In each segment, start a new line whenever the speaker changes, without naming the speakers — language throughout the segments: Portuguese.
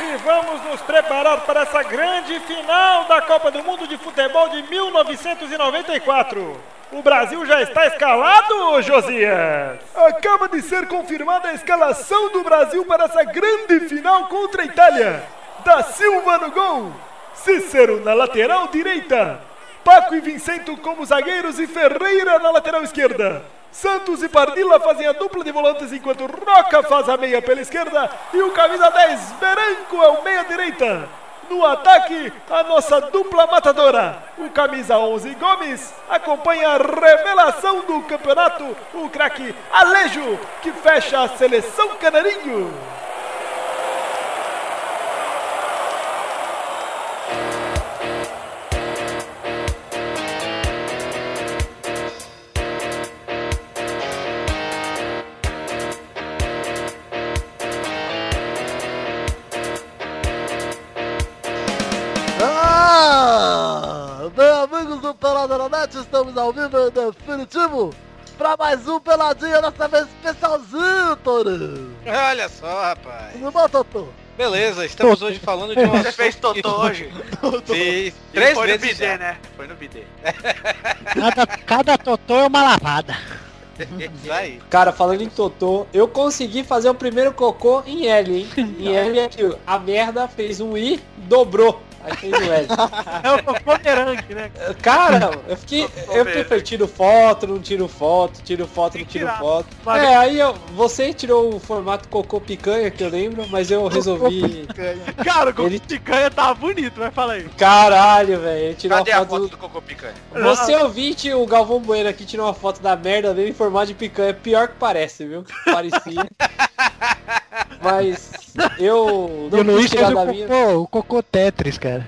E vamos nos preparar para essa grande final da Copa do Mundo de Futebol de 1994. O Brasil já está escalado, Josias!
Acaba de ser confirmada a escalação do Brasil para essa grande final contra a Itália. Da Silva no gol, Cícero na lateral direita, Paco e Vincento como zagueiros e Ferreira na lateral esquerda. Santos e Pardila fazem a dupla de volantes enquanto Roca faz a meia pela esquerda e o camisa 10 Beranco é o meia direita. No ataque, a nossa dupla matadora, o camisa 11 Gomes, acompanha a revelação do campeonato, o craque Alejo, que fecha a seleção canarinho.
Ah, bem, amigos do Pelada na Net, estamos ao vivo e definitivo para mais um Peladinha, dessa vez especialzinho, Toro.
Olha só, rapaz.
Não bom, Totô?
Beleza, estamos hoje falando de um
Você fez totô hoje?
Fiz
E
três
foi no
vezes
bidê,
já.
né? Foi no bidê.
Cada, cada totô é uma lavada.
Isso aí.
Cara, falando em Totô, eu consegui fazer o primeiro cocô em L, hein? Em L aqui, ó. a merda fez um I, dobrou. Aí fez o L.
É o bumerangue, né?
Cara, eu fiquei. Eu fiquei falei, tiro foto, não tiro foto, tiro foto, não tiro
tirar.
foto.
Mas-
É, aí eu, você tirou o formato cocô picanha que eu lembro, mas eu resolvi.
Cara, o
Ele-
Ele... picanha tava bonito, vai falar aí.
Caralho, velho, ele tirou
Cadê
a
a
foto
foto
do
do Cocô Picanha?
Você ouvinte, o Galvão Bueno aqui tirou uma foto da merda dele em formato de picanha. é Pior que parece, viu? Parecia. Mas eu
E o
não quis
Luiz
tirar
fez o
da minha.
cocô, o cocô Tetris, cara.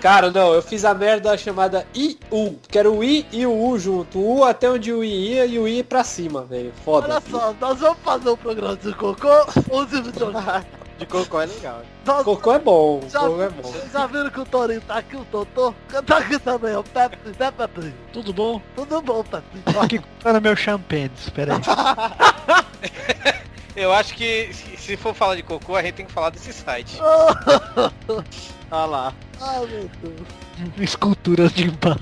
Cara, não, eu fiz a merda chamada IU, que era o I e o U junto. O U até onde o I ia e o I pra cima, velho. Foda.
Olha só, nós vamos fazer um programa de cocô, ou de videogame.
De cocô é legal.
Nós-
Cocô é bom,
Já,
cocô é bom.
vocês já viram que o Torinho tá aqui, o Totô? Tá aqui também, o Pepe, né, Pepe?
Tudo bom?
Tudo bom, Pepe?
Tô aqui comprando Tá meu champanhe, espera aí.
Eu acho que se se for falar de cocô, a gente tem que falar desse site.
Olha lá. Ah, meu Deus.
Esculturas de barro.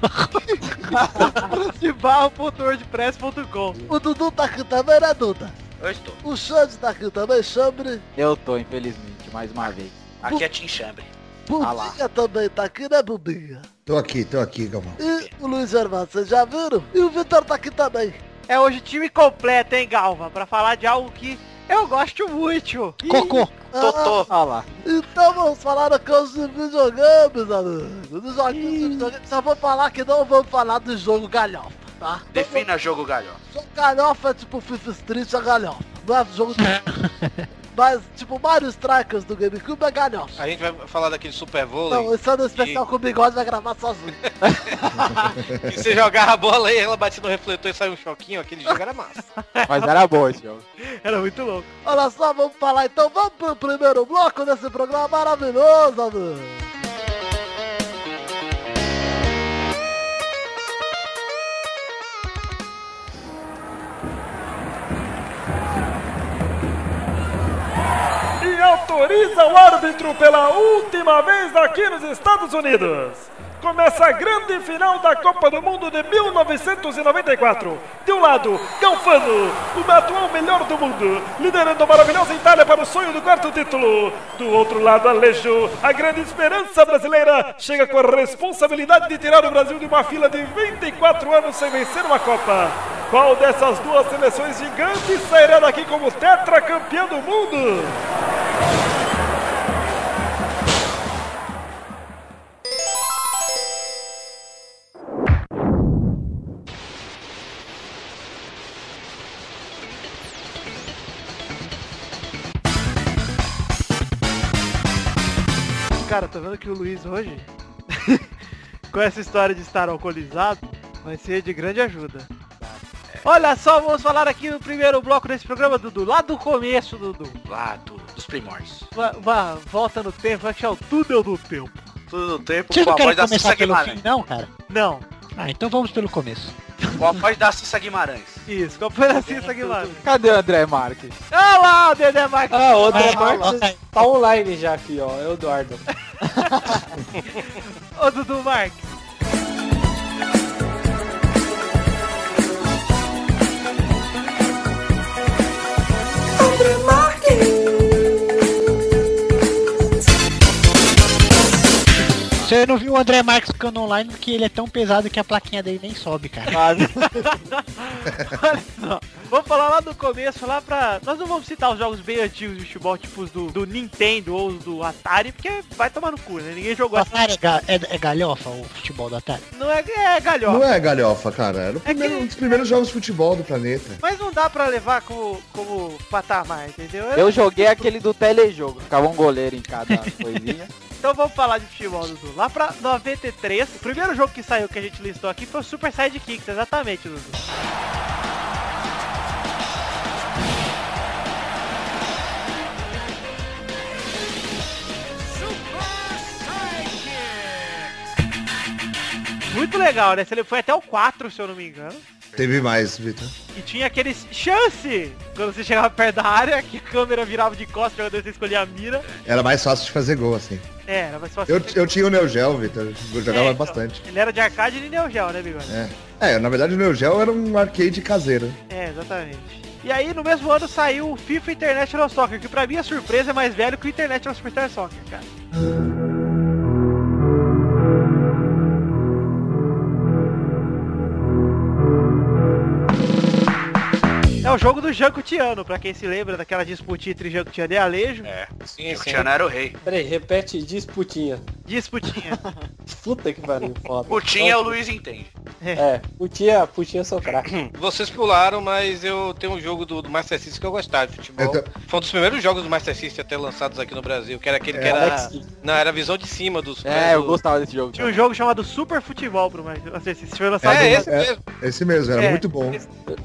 O Dudu tá aqui também, né, Duda?
Eu estou.
O Xande tá aqui também, Chambre.
Eu tô, infelizmente, mais uma vez.
Aqui é Tim Chambre.
Bubinha também tá aqui, né, Bubinha?
Ah Tô aqui, tô aqui, Galvão.
E o Luiz Gervásio, vocês já viram? E o Vitor tá aqui também.
É hoje time completo, hein, Galva? Pra falar de algo que eu gosto muito.
Cocô.
Totô.
Ah, então vamos falar aqui hoje de videogames, amigos. Dos joguinhos de videogames. Só vou falar que não vamos falar do jogo galhofa, tá?
Defina jogo galhofa.
Jogo galhofa é tipo FIFA Street, é galhofa. Não é jogo de... Mas, tipo, Mario Strikers do GameCube é galhofa.
A gente vai falar daquele super
Não,
vôlei.
esse é no especial com o bigode vai gravar sozinho.
que você jogava a bola e ela batia no refletor e saiu um choquinho, aquele jogo era massa.
Mas era bom esse jogo.
Era muito louco.
Olha só, vamos falar então, vamos pro primeiro bloco desse programa maravilhoso, amigo.
E autoriza o árbitro pela última vez aqui nos Estados Unidos. Começa a grande final da Copa do Mundo de 1994. De um lado, Galfano, o atual melhor do mundo, liderando a maravilhosa Itália para o sonho do quarto título. Do outro lado, Alejo, a grande esperança brasileira, chega com a responsabilidade de tirar o Brasil de uma fila de 24 anos sem vencer uma Copa. Qual dessas duas seleções gigantes sairá daqui como tetracampeão do mundo?
Cara, tô vendo que o Luiz hoje, com essa história de estar alcoolizado, vai ser de grande ajuda.
Olha só, vamos falar aqui no primeiro bloco desse programa, Dudu. Lá do começo, Dudu.
Lá do, dos primórdios.
Uma, uma volta no tempo, vai achar o túnel do tempo.
Tudo no tempo
Vocês
com
não
a
querem
voz da
começar
Cissa
pelo
Guimarães.
fim, não, cara?
Não.
Ah, então vamos pelo começo.
Com a voz da Cissa Guimarães.
Isso, companheira Cissa Guimarães.
Cadê o André Marques?
Ah lá, o Dedé Marques.
Ah, o André Marques tá online já aqui, ó. É o Eduardo.
Ô, Dudu Marques.
Você não viu o André Marques ficando online porque ele é tão pesado que a plaquinha dele nem sobe, cara.
Olha só. Vamos falar lá do começo, lá pra... Nós não vamos citar os jogos bem antigos de futebol, tipo os do, do Nintendo ou os do Atari, porque vai tomar no cu, né? Ninguém
O
jogou assim.
Atari é, ga- é- é galhofa o futebol do Atari?
Não é, é galhofa.
Não é galhofa, cara. Era o
É
primeiro-
que-
um dos primeiros jogos de futebol do planeta.
Mas não dá pra levar como, como patamar, entendeu?
Eu joguei aquele do telejogo. Ficava um goleiro em cada coisinha.
Então vamos falar de futebol, Dudu. Lá pra 93, o primeiro jogo que saiu que a gente listou aqui foi o Super Sidekicks, exatamente, Dudu. Muito legal, né? Ele foi até o 4, se eu não me engano.
Teve mais, Vitor.
E tinha aquele chance quando você chegava perto da área, que a câmera virava de costas, o jogador você escolhia a mira.
Era mais fácil de fazer gol, assim.
É, era mais fácil.
Eu, eu tinha o Neo Geo, Vitor. Eu jogava
É, então.
bastante.
Ele era de arcade e de Neo Geo, né, Bigode?
É, na verdade o Neo Geo era um arcade caseiro.
É, exatamente. E aí, no mesmo ano, saiu o FIFA International Soccer, que pra minha surpresa é mais velho que o International Superstar Soccer, cara. É o jogo do Jancutiano, pra quem se lembra daquela disputinha entre Jancutiano e Alejo.
É.
Sim,
O
sim.
Tiana era o rei.
Peraí, repete, disputinha.
Disputinha.
Puta que pariu,
é
foda.
Putinha o Luiz entende.
É, putinha, putinha sou craque.
Vocês pularam, mas eu tenho um jogo do, do Master System que eu gostava de futebol.
Eu
Foi um dos primeiros jogos do Master System até lançados aqui no Brasil, que era aquele que era...
Alex Kidd.
Não, era a visão de cima dos...
É, eu
do...
gostava desse jogo.
Tinha um jogo chamado Super Futebol pro Manchester City. Foi lançado
É,
em
esse
É.
mesmo,
Esse mesmo, era
É.
muito bom.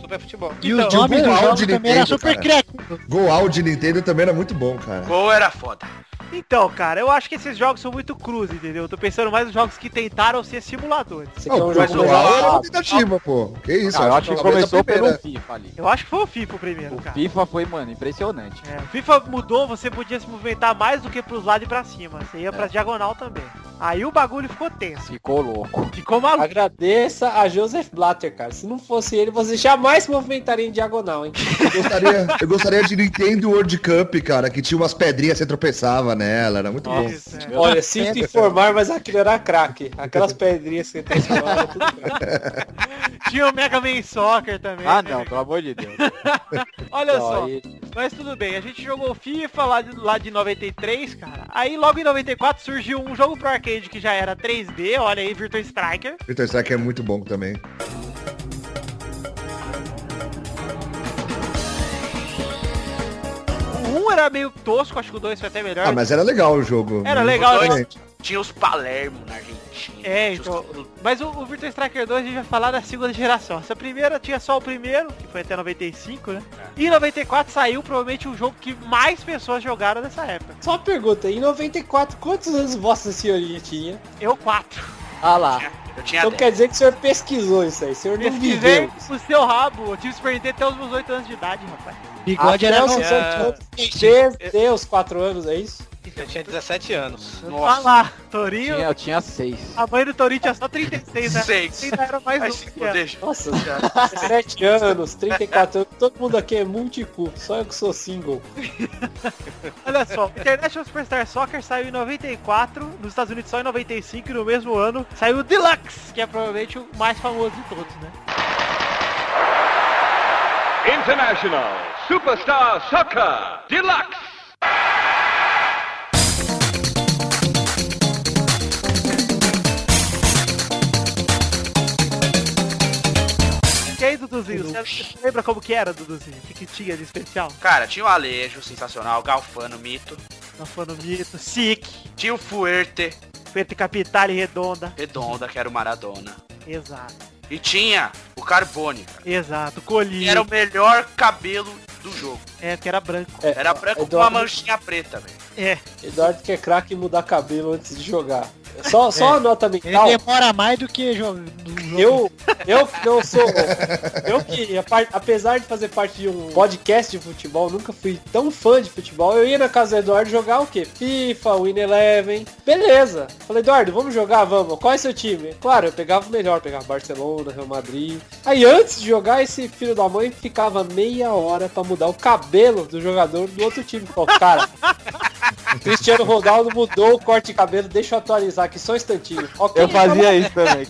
Super Futebol.
E o
Então,
de
nome Então, do
Goal
jogo
de
também era
Nintendo,
super
cara.
criativo.
Goal Out de Nintendo também era muito bom, cara.
Gol era foda.
Então, cara, eu acho que esses jogos são muito cruz, entendeu? Eu tô pensando mais nos jogos que tentaram ser simuladores.
Você
Então,
Não,
quer
o
um jogo
Goal
mais
era uma
rápido?
tentativa, pô. Que isso,
Cara, eu acho que
talvez a
começou né? pelo
primeira.
FIFA ali.
Eu acho que foi o FIFA o primeiro,
O
cara.
FIFA foi, mano, impressionante.
É, o FIFA mudou, você podia se movimentar mais do que pros lados e pra cima. Você ia
É.
pra diagonal também. Aí o bagulho ficou tenso.
Ficou louco.
Ficou maluco.
Agradeça a Joseph Blatter, cara. Se não fosse ele, você jamais se movimentaria em diagonal, hein?
Eu gostaria, eu gostaria de Nintendo World Cup, cara, que tinha umas pedrinhas, você tropeçava nela, era muito bom.
Isso, é.
Olha, sinto informar, mas aquilo era craque. Aquelas pedrinhas que você transformava, era tudo craque.
Tinha o Mega Man Soccer também.
Ah,
né?
não, pelo amor de Deus.
Olha
Ó,
só.
aí-
Mas tudo bem, a gente jogou FIFA lá de, lá de 93, cara. Aí logo em 94 surgiu um jogo pro arcade que já era 3D, olha aí, Virtua Striker.
Victor Strike é muito bom também.
O 1 era meio tosco, acho que o 2 foi até melhor.
Ah, mas era legal o jogo.
Era
Muito
legal,
diferente.
Tinha os Palermo na Argentina.
É,
Tinha os-
então. Mas o, o Virtua Striker 2 a gente vai falar da segunda geração. Essa primeira tinha só o primeiro, que foi até 95, né?
É.
E em 94 saiu provavelmente o jogo que mais pessoas jogaram nessa época.
Só uma pergunta, em 94, quantos anos vossa senhorinha tinha?
Eu 4.
Ah lá.
Eu tinha
Então
10.
quer dizer que o senhor pesquisou isso aí, o senhor não
Pesquisei
viveu.
o seu rabo. Eu tive Super Nintendo até os meus 8 anos de idade, rapaz.
Bigode era um
Até
no...
os oito anos, Desde os 4 anos, é isso?
Eu tinha 17 anos.
Olha lá, Torinho.
Tinha, eu tinha seis.
A mãe do Torinho tinha só 36, né?
Seis.
Ainda era mais um,
Ai,
novo
se
que ela.
fuder.
Nossa, 17 anos, 34 anos, todo mundo aqui é multicu, só eu que sou single.
Olha só, International Superstar Soccer saiu em 94, nos Estados Unidos só em 95 e no mesmo ano saiu o Deluxe, que é provavelmente o mais famoso de todos, né?
International Superstar Soccer Deluxe.
E aí, Duduzinho, você você lembra como que era, Duduzinho? O que, que tinha de especial?
Cara, tinha o Alejo, sensacional, Galfano, Mito.
Na Fanomito, Sick,
Tinha o Fuerte,
Pente Capital e Redonda.
Redonda, que era o Maradona.
Exato,
E tinha o Carbone, cara.
exato.
que
Colinho,
era um- o melhor cabelo do jogo.
é, que era branco.
É,
Era branco com uma
Eduardo,
manchinha preta, velho.
É,
Eduardo que é craque em mudar cabelo antes de jogar. Só, só a nota
Ele é
mental.
demora mais do que jo- do jogo.
Eu, eu não sou. Eu que, apar- apesar de fazer parte de um podcast de futebol, nunca fui tão fã de futebol. Eu ia na casa do Eduardo jogar o quê? FIFA, Win Eleven. Beleza. Falei, Eduardo, vamos jogar? Vamos. Qual é seu time? Claro, eu pegava o melhor, pegava Barcelona, Real Madrid. Aí antes de jogar, esse filho da mãe ficava meia hora pra mudar o cabelo do jogador do outro time. Falei, cara. Cristiano Ronaldo mudou o corte de cabelo, deixa eu atualizar aqui só um instantinho. Ok,
Eu fazia isso também.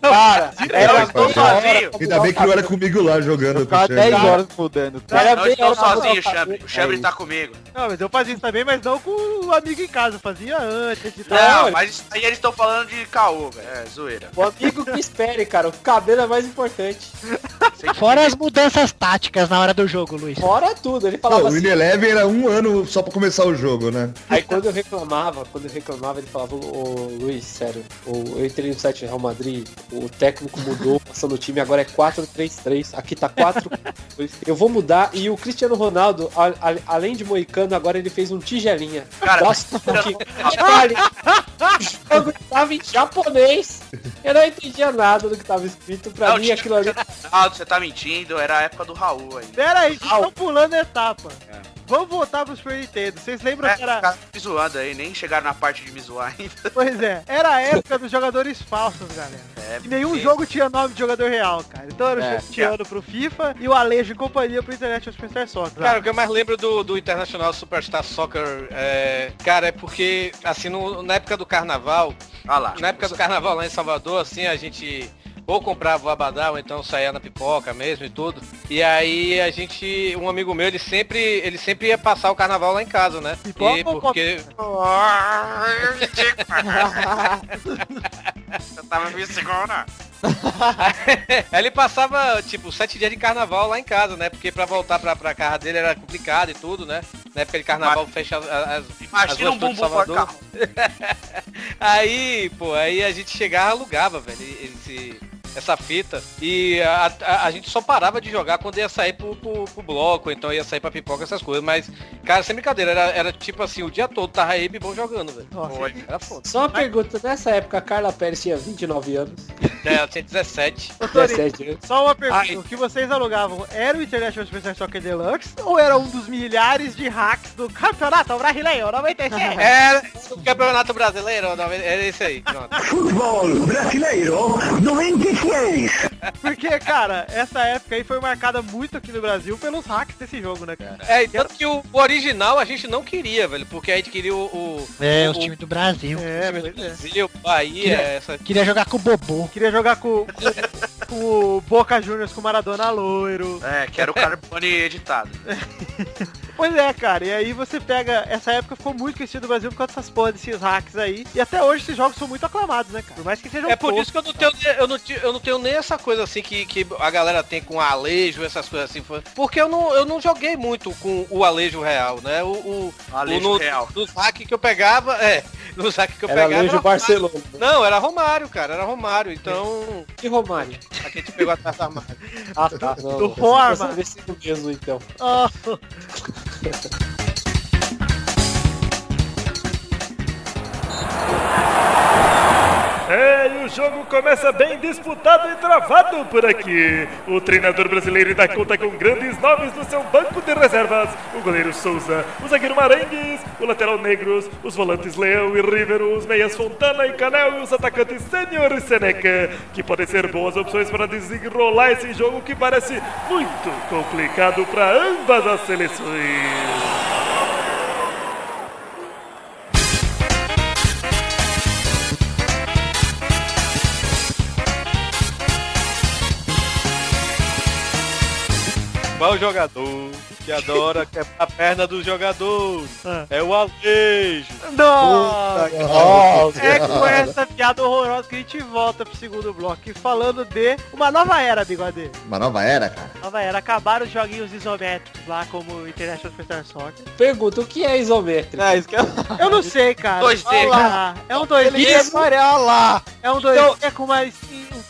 Cara, era
Eu
bem
fazia.
hora pra
Ainda bem que não era comigo lá jogando.
Ficava
bicho.
10
Tá,
horas mudando.
Era
Não
bem
estou
hora pra
sozinho,
mudar o
Chambre. O Chambre tá comigo.
Não, mas eu fazia isso também, mas não com o amigo em casa. Eu fazia antes e tal.
Não,
olha.
mas isso aí eles estão falando de caô, velho. É, zoeira.
O amigo que espere, cara. O cabelo é mais importante.
Fora as mudanças táticas na hora do jogo, Luiz.
Fora tudo. Ele
Não,
falava
o
assim.
Win Eleven era um ano só pra começar o jogo, né?
Aí quando eu reclamava, quando eu reclamava, ele falava, ô Luiz, sério, ô, eu entrei no site do Real Madrid, o técnico mudou, passando o time, agora é 4-3-3, aqui tá 4 Eu vou mudar, e o Cristiano Ronaldo, a- a- além de moicano, agora ele fez um tigelinha.
Cara,
Nossa, que... Olha, o jogo tava em japonês, eu não entendia nada do que tava escrito, pra
Não,
mim
tinha-
aquilo ali...
Aldo, você tá mentindo. Era a época do Raul aí.
Pera aí, vocês estão pulando etapa. Vamos voltar pro Super Nintendo. Vocês lembram
É,
que era...
cara, me zoando aí, nem chegaram na parte de me zoar ainda.
Pois é, era a época dos jogadores falsos, galera.
É,
E nenhum
sim.
jogo tinha nome de jogador real, cara. Então era o
É.
Cristiano pro FIFA e o Alejo e companhia pro Internet Superstar Soccer.
Cara, o que eu mais lembro do, do Internacional Superstar Soccer, é, cara, é porque, assim, no- na época do carnaval,
Olha lá.
na época do carnaval lá em Salvador, assim, a gente ou comprava o Abadá, ou então saía na pipoca mesmo e tudo. E aí a gente, um amigo meu, ele sempre, ele sempre ia passar o carnaval lá em casa, né?
Pipoca
e
ou
porque
Eu tava me segurando.
Aí É, ele passava, tipo, sete dias de carnaval lá em casa, né? Porque pra voltar pra, pra casa dele era complicado e tudo, né? Na época de carnaval fecha as, as, as
Imagina
ruas
um
todas de
bumbum pra
Salvador.
carro.
Aí, pô, aí a gente chegava e alugava, velho, esse- essa fita. E a, a- a gente só parava de jogar quando ia sair pro, pro, pro bloco, então ia sair pra pipoca, essas coisas. Mas, cara, sem brincadeira, era, era tipo assim, o dia todo tava aí bom jogando, velho.
Foi.
Era foda.
Só uma pergunta, nessa época a Carla Pérez tinha 29 anos,
É, Ela tinha 17.
Ô, Torinho,
17 anos.
Só uma pergunta,
Ai.
o que vocês alugavam era o International Superstar Soccer Deluxe ou era um dos milhares de hacks do Campeonato Brasileiro 97?
Era É, o Campeonato Brasileiro, não, era isso aí. Pronto.
Porque, cara, essa época aí foi marcada muito aqui no Brasil pelos hacks desse jogo, né? cara?
É, e tanto que o o original a gente não queria, velho, porque a gente queria o, o
É,
o-
os times do Brasil.
É, mas-
Brasil, Bahia, essa...
Queria jogar com o Bobô.
Queria jogar com, com- com o Boca Juniors com o Maradona Loiro.
É, que era o Carbone editado.
Pois é, cara, e aí você pega. Essa época ficou muito conhecida no Brasil por causa dessas porra desses hacks aí. E até hoje esses jogos são muito aclamados, né, cara? Por mais que sejam
É por
poucos.
isso que eu não tenho, eu não, ti- eu não tenho nem essa coisa assim que, que a galera tem com Alejo, essas coisas assim. foi- Porque eu não, eu não joguei muito com o Alejo real, né? O, o,
Alejo
o no,
real.
Nos hacks que eu pegava, é, nos hacks que eu
Era
pegava.
Alejo
era-
Barcelona.
Não, era Romário, cara, era Romário. Então,
E Romário?
aqui a gente pegou atrás da armada.
Ah, tá. Não,
Do
eu
Forma.
vou saber se é o mesmo, então.
É, e o jogo começa bem disputado e travado por aqui. O treinador brasileiro ainda conta com grandes nomes no seu banco de reservas: o goleiro Souza, o zagueiro Marangues, o lateral Negros, os volantes Leão e Rivero, os meias Fontana e Canel e os atacantes Sênior e Seneca, que podem ser boas opções para desenrolar esse jogo que parece muito complicado para ambas as seleções.
Qual jogador que adora quebrar a perna do jogador? É o Alejo.
Não!
Nossa,
É com essa piada horrorosa que a gente volta pro segundo bloco. E falando de uma nova era, bigode.
Uma nova era, cara.
Nova era. Acabaram os joguinhos isométricos lá, como o International Superstar Soccer.
Pergunta, o que é isométrico?
É, isso que eu...
Eu não sei, cara.
2D,
Olha lá. É um 2D.
olha lá.
É um 2D com uma,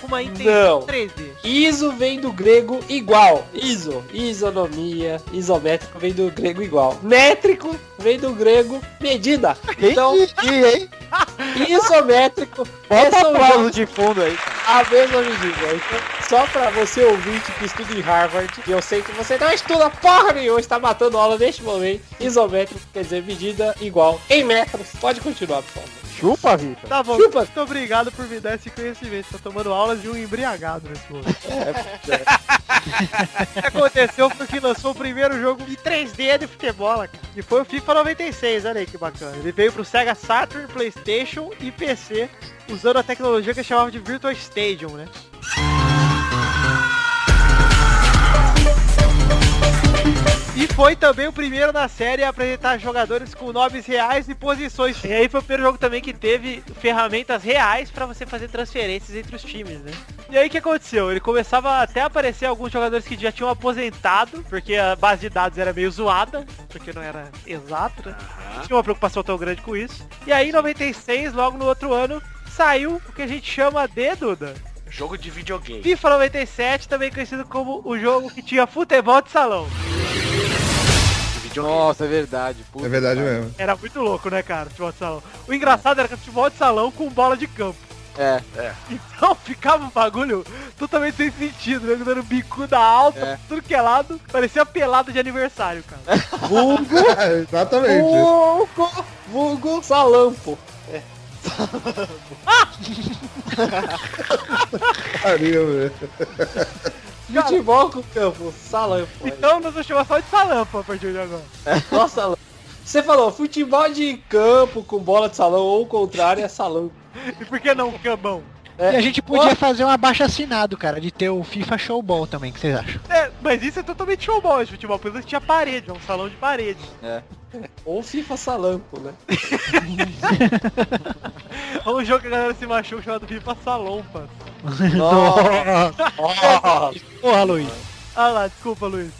com uma intenção
Não.
3D.
Iso vem do grego igual. Iso, isonomia, isométrico vem do grego igual. Métrico vem do grego medida. Então,
Então... hein?
Isométrico.
Bota
é soldado-
aplauso de fundo aí. cara.
A mesma medida. Então, só pra você ouvinte que estuda em Harvard, que eu sei que você não estuda porra nenhuma, está matando aula neste momento. Isométrico quer dizer medida igual em metros. Pode continuar, por favor.
Chupa, Vitor.
Tá bom,
Chupa.
muito obrigado por me dar esse conhecimento. Tô tomando aulas de um embriagado nesse momento. o que aconteceu foi que lançou o primeiro jogo em 3D de futebol, cara. E foi o FIFA 96, olha aí que bacana. Ele veio pro Sega Saturn, Playstation e PC, usando a tecnologia que chamava de Virtual Stadium, né? E foi também o primeiro na série a apresentar jogadores com nomes reais e posições. E aí foi o primeiro jogo também que teve ferramentas reais pra você fazer transferências entre os times, né? E aí o que aconteceu? Ele começava até a aparecer alguns jogadores que já tinham aposentado, porque a base de dados era meio zoada, porque não era exata, né? Não tinha uma preocupação tão grande com isso. E aí em 96, logo no outro ano, saiu o que a gente chama de, Duda,
Jogo de videogame.
FIFA 97, também conhecido como o jogo que tinha futebol de salão.
Nossa, é verdade. puta
É verdade
que pariu.
mesmo.
Era muito louco, né, cara, futebol de salão. O engraçado era que era futebol de salão com bola de campo.
É.
Então ficava um bagulho totalmente sem sentido, né? Dando bicuda alta,
É.
tudo que é lado. Parecia pelado de aniversário, cara.
Exatamente.
Vulgo, vulgo salampo.
Pariu, velho.
Futebol com campo, salampo.
Então nós vamos chamar só de salampa a partir de agora.
Nossa, salampo. Você falou, futebol de campo com bola de salão ou o contrário é salão.
E por que não cambão?
É.
E a gente podia fazer um abaixo assinado, cara, de ter o FIFA Showball também, o que vocês acham?
É, mas isso é totalmente showball de futebol, porque tinha parede, é um salão de parede.
Ou FIFA salampo, né?
É um jogo que a galera se machuca chamado FIFA Salompa.
Porra, Luiz.
Ah lá, desculpa, Luiz.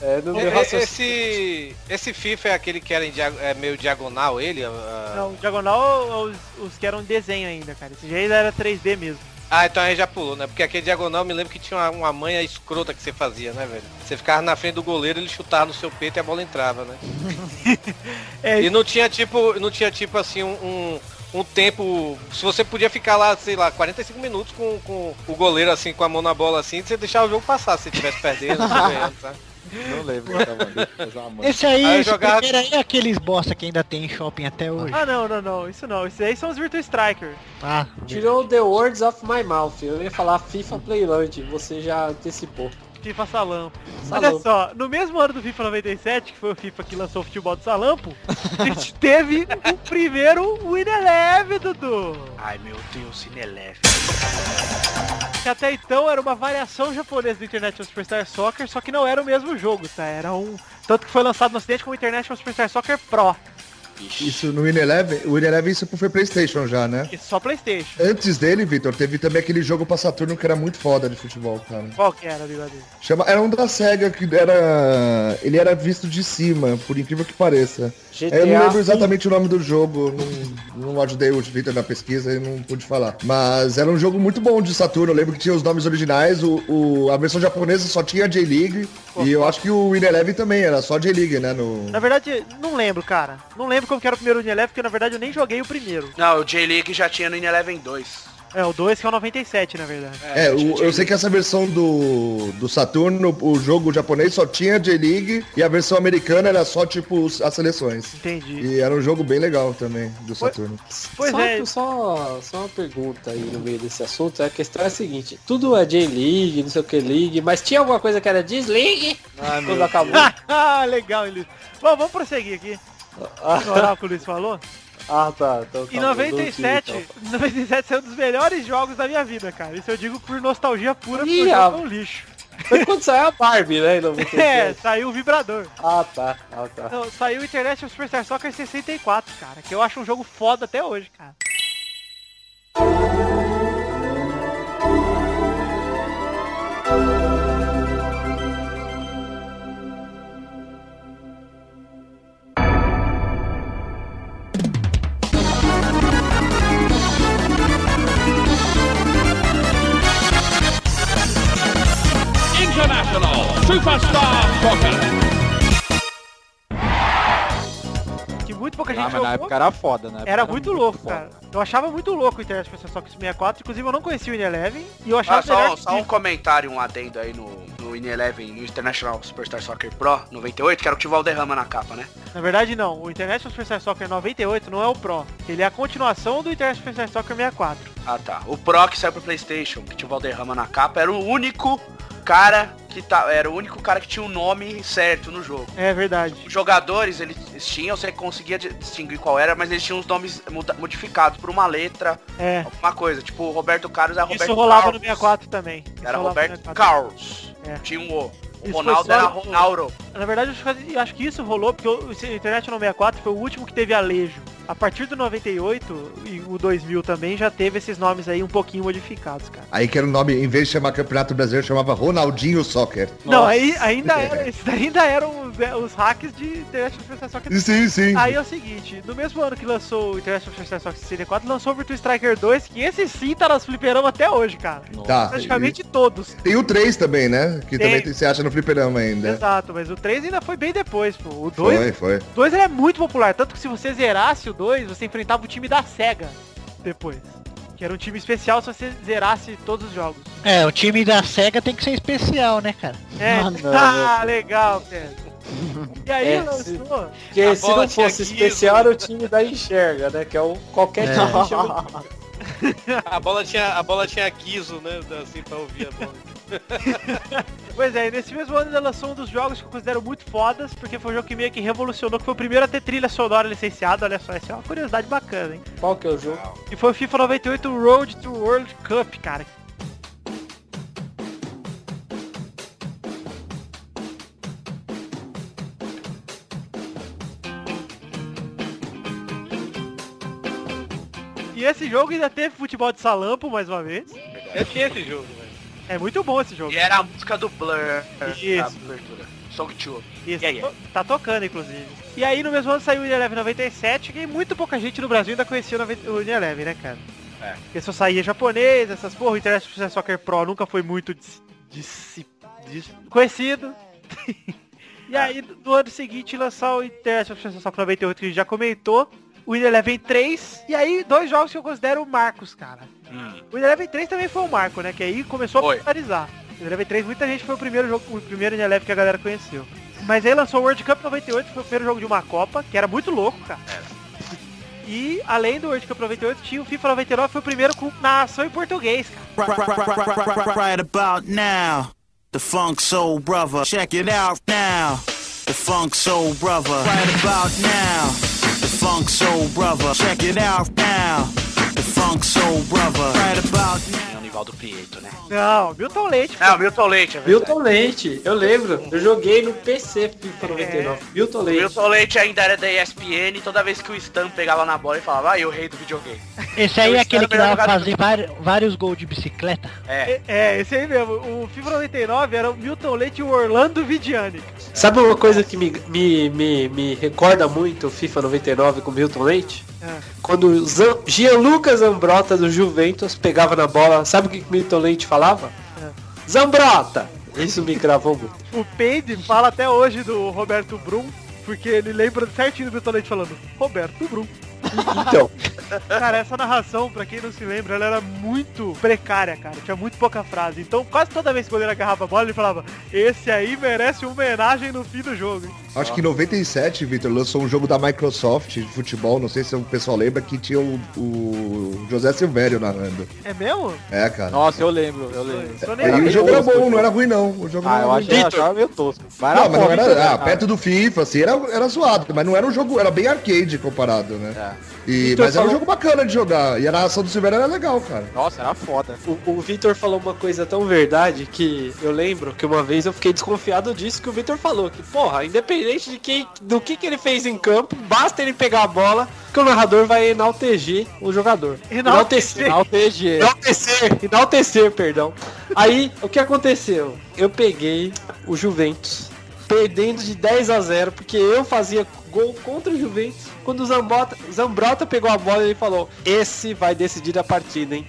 É, no
E-
meu
e-
raciocínio.
Esse, esse FIFA é aquele que era em dia- é meio diagonal, ele? Ah,
Não, diagonal é os, os que eram desenho ainda, cara. Esse jeito era 3D mesmo.
Ah, então aí já pulou, né? Porque aquele diagonal eu me lembro que tinha uma, uma manha escrota que você fazia, né, velho? Você ficava na frente do goleiro, ele chutava no seu peito e a bola entrava, né?
É,
E não tinha tipo, não tinha tipo assim um, um, um tempo. Se você podia ficar lá, sei lá, 45 minutos com, com o goleiro assim, com a mão na bola assim, você deixava o jogo passar se tivesse perdendo, se ganhando, tá? sabe?
Não lembro. então, mano. Deixa eu fazer uma mão.
Esse aí,
Aí eu
esse
jogava-
primeiro aí é aqueles bosta que ainda tem em shopping até hoje.
Ah não, não, não, isso não. Isso aí são os Virtua Striker.
Ah,
Tirou the words of my mouth. Eu ia falar FIFA Playland, você já antecipou.
FIFA Salampo. Olha
Salampo.
só, no mesmo ano do FIFA 97, que foi o FIFA que lançou o futebol do Salampo, a gente teve o primeiro Win Eleven, Dudu.
Ai meu Deus, Cineleve.
Que até então era uma variação japonesa do International Superstar Soccer, só que não era o mesmo jogo, tá? Era um... Tanto que foi lançado no ocidente como International Superstar Soccer Pro.
Isso no Win Eleven, o Win Eleven isso foi Playstation já, né?
Isso só Playstation.
Antes dele, Vitor, teve também aquele jogo pra Saturno que era muito foda de futebol, cara.
Qual que era, Bigadeiro?
Chama, era um da SEGA que era. Ele era visto de cima, por incrível que pareça.
GTA.
Eu não lembro exatamente o nome do jogo, não, não ajudei o Twitter na pesquisa e não pude falar. Mas era um jogo muito bom de Saturno, eu lembro que tinha os nomes originais, o, o- a versão japonesa só tinha J-League, e eu acho que o Win Eleven também era só J-League, né? No...
Na verdade, não lembro, cara. Não lembro como que era o primeiro Win Eleven, porque na verdade eu nem joguei o primeiro.
Não, o J-League já tinha no Ineleven 2.
É, o 2 que é o 97, na verdade.
É, o- eu sei que essa versão do, do Saturno, o jogo japonês só tinha J-League e a versão americana era só tipo os- as seleções.
Entendi.
E era um jogo bem legal também do Saturno.
Pois
só,
é.
Só, só uma pergunta aí no meio desse assunto. A questão é a seguinte: tudo é J-League, não sei o que League, mas tinha alguma coisa que era Desligue quando acabou.
Ah, legal, Elis. Bom, vamos prosseguir aqui. Ignorar o que o Luiz falou.
Ah, tá. Então, tá
Em
bom, dou
97,
um tiro,
97 é um dos melhores jogos da minha vida, cara. Isso eu digo por nostalgia pura, porque
Ih,
o jogo
ah.
é um lixo.
então. Foi quando saiu a Barbie, né? Em
É,
97.
saiu o vibrador.
Ah, tá. Ah, tá.
Não, saiu o International Superstar Soccer 64, cara, que eu acho um jogo foda até hoje, cara. Que muito pouca
Ah,
gente
mas na época era foda, né?
Era muito louco, cara. Eu achava muito louco o Internet Pessoal Soccer 64. Inclusive, eu não conhecia o Ineleven. E eu achava
Ah, só,
melhor que
só um comentário, um adendo aí no, no In Eleven, no International Superstar Soccer Pro 98, que era o que tinha o Valderrama na capa, né?
Na verdade, não. O International Superstar Soccer 98 não é o Pro. Ele é a continuação do International Superstar Soccer 64.
Ah tá. O Pro que saiu pro Playstation, que tinha o Valderrama na capa, era o único cara que tá. Era o único cara que tinha o nome certo no jogo.
É verdade.
Os jogadores, eles tinham, você conseguia di- distinguir qual era, mas eles tinham os nomes muda- modificados por uma letra,
É.
alguma coisa. Tipo, o Roberto Carlos era Roberto
Isso rolava
Carlos.
no 64 também. Isso
Era
rolava no
Roberto
64.
Carlos.
É.
Tinha um O. O
Isso
Ronaldo
foi só
era
no-
Ronaldo.
Na verdade, eu acho que- eu acho que isso rolou porque o esse International 64 foi o último que teve alejo. A partir do 98 e o 2000 também já teve esses nomes aí um pouquinho modificados, cara.
Aí que era o nome, em vez de chamar Campeonato Brasileiro, chamava Ronaldinho Soccer.
Não, aí ainda era, esses ainda eram os, é, os hacks de International Superstar Soccer.
Sim, sim.
Aí é o seguinte, no mesmo ano que lançou o International Superstar Soccer 64, lançou o Virtua Striker 2, que esse sim tá nas fliperama até hoje, cara.
Tá.
Praticamente todos.
Tem o 3 também, né? Que
Tem.
também tem- você acha no fliperama ainda.
Exato, mas o 3 ainda foi bem depois, pô. O 2
né? Foi, foi.
O 2 ele é muito popular, tanto que se você zerasse o 2, você enfrentava o time da SEGA depois. Que era um time especial se você zerasse todos os jogos.
É, o time da SEGA tem que ser especial, né, cara?
É,
Ah, não,
ah, legal, Pedro. E aí
É,
lançou.
Porque
A
se
bola
não
tinha
fosse
15.
especial, era o time da Enxerga, né? Que é o qualquer time que chama.
A bola tinha, a bola tinha guiso, né? Assim, pra ouvir a bola.
Pois é, e nesse mesmo ano ainda lançou um dos jogos que eu considero muito fodas, porque foi um jogo que meio que revolucionou, que foi o primeiro a ter trilha sonora licenciada, olha só, essa é uma curiosidade bacana, hein?
Qual que é o jogo?
E foi o FIFA 98 Road to World Cup, cara. E esse jogo ainda teve futebol de salampo mais uma vez.
Eu tinha esse jogo, velho.
É muito bom esse jogo.
E era a música do Blur.
Isso.
A abertura. Song 2.
Isso,
Yeah, yeah.
to- Tá tocando, inclusive. E aí, no mesmo ano, saiu o Unilever 97, que muito pouca gente no Brasil ainda conhecia o Noven- o Unilever, né, cara?
É.
Porque só saía japonês, essas porra, o Internet Social Soccer Pro nunca foi muito dis- dis- dis- conhecido. e aí, no ano seguinte, lançou o Internet Social Soccer 98, que a gente já comentou, o Unilever 3, e aí, dois jogos que eu considero marcos, cara. O Eleven 3 também foi um marco, né? Que aí começou a
Foi.
popularizar. O Eleven 3, muita gente foi o primeiro jogo, o primeiro Eleven que a galera conheceu. Mas aí lançou o World Cup 98, que foi o primeiro jogo de uma Copa, que era muito louco, cara. E além do World Cup 98, tinha o FIFA 99, que foi o primeiro com, na ação em português, cara.
Right about now, the Funk Soul Brother. Check it out now, the Funk Soul Brother. Right about now, the Funk Soul Brother. Check it out now, the Funk Soul Brother. Right about
É o Nivaldo Prieto, né?
Não, Milton Leite.
É, o Milton Leite, é verdade.
Milton Leite, eu lembro. Eu joguei no PC FIFA 99. Milton
O
Leite.
Milton Leite ainda era da ESPN, toda vez que o Stan pegava na bola e falava, ah, eu rei do videogame.
Esse aí
Eu
é aquele
espero
que
melhor
dava pra
jogador.
fazer vari- vários gols de bicicleta.
É.
É, é, esse aí mesmo. O FIFA 99 era o Milton Leite e o Orlando Vidiani.
Sabe uma coisa que me, me, me, me recorda muito o FIFA 99 com o Milton Leite?
É.
Quando o Zan- Gianluca Zambrota do Juventus pegava na bola, sabe o que que o Milton Leite falava? Zambrota! Isso me gravou muito.
O Peide fala até hoje do Roberto Brum, porque ele lembra certinho do Milton Leite falando Roberto Brum.
Então,
Cara, essa narração, pra quem não se lembra, ela era muito precária, cara. Tinha muito pouca frase. Então, quase toda vez que o goleiro agarrava a bola, ele falava esse aí merece uma homenagem no fim do jogo.
Acho que em 97, Vitor, lançou um jogo da Microsoft de futebol, não sei se o pessoal lembra, que tinha o, o José Silvério narrando.
É mesmo?
É, cara.
Nossa, eu lembro, eu lembro.
Isso eu
É.
nem
E o
bem
jogo era
tosco,
bom, não era ruim não. O jogo
Ah,
não
eu
era ruim.
achei, eu achava meio tosco. Mas
Não, mas não
bom, Vitor,
era, ah,
cara.
perto do FIFA, assim, era, era zoado, mas não era um jogo, era bem arcade comparado, né? E,
Vitor
mas era um
falou-
jogo bacana de jogar, e a narração do Silvério era legal, cara.
Nossa, era foda.
o, o Vitor falou uma coisa tão verdade que eu lembro que uma vez eu fiquei desconfiado disso que o Vitor falou. Que, porra, independente de quem, do que, que ele fez em campo, basta ele pegar a bola que o narrador vai enaltecer o jogador.
Enaltecer.
Na UTG.
Enaltecer. Enaltecer, enaltecer, perdão. Aí, o que aconteceu? Eu peguei o Juventus, perdendo de 10 a 0, porque eu fazia gol contra o Juventus. Quando o Zambota, Zambrota pegou a bola, ele falou: Esse vai decidir a partida, hein?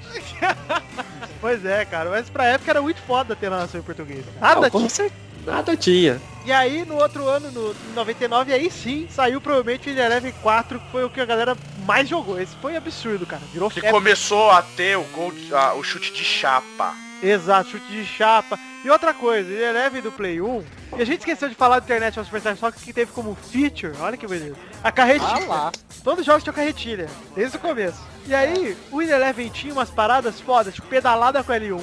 Pois é, cara. Mas pra época era muito foda ter narração em português. Nada
Não, com
tinha.
certeza. Nada tinha.
E aí, no outro ano, no 99, aí sim, saiu provavelmente o Eleven 4, que foi o que a galera mais jogou. Esse foi absurdo, cara. Virou
Que começou a ter o, gol, a- o chute de chapa.
Exato, chute de chapa. E outra coisa, ele é leve do Play 1. E a gente esqueceu de falar do Internet of Superstar Soccer que teve como feature, olha que beleza, a carretilha.
Ah lá.
Todos os jogos tinham carretilha, desde o começo. E aí, o In Eleven tinha umas paradas fodas, tipo pedalada com L1.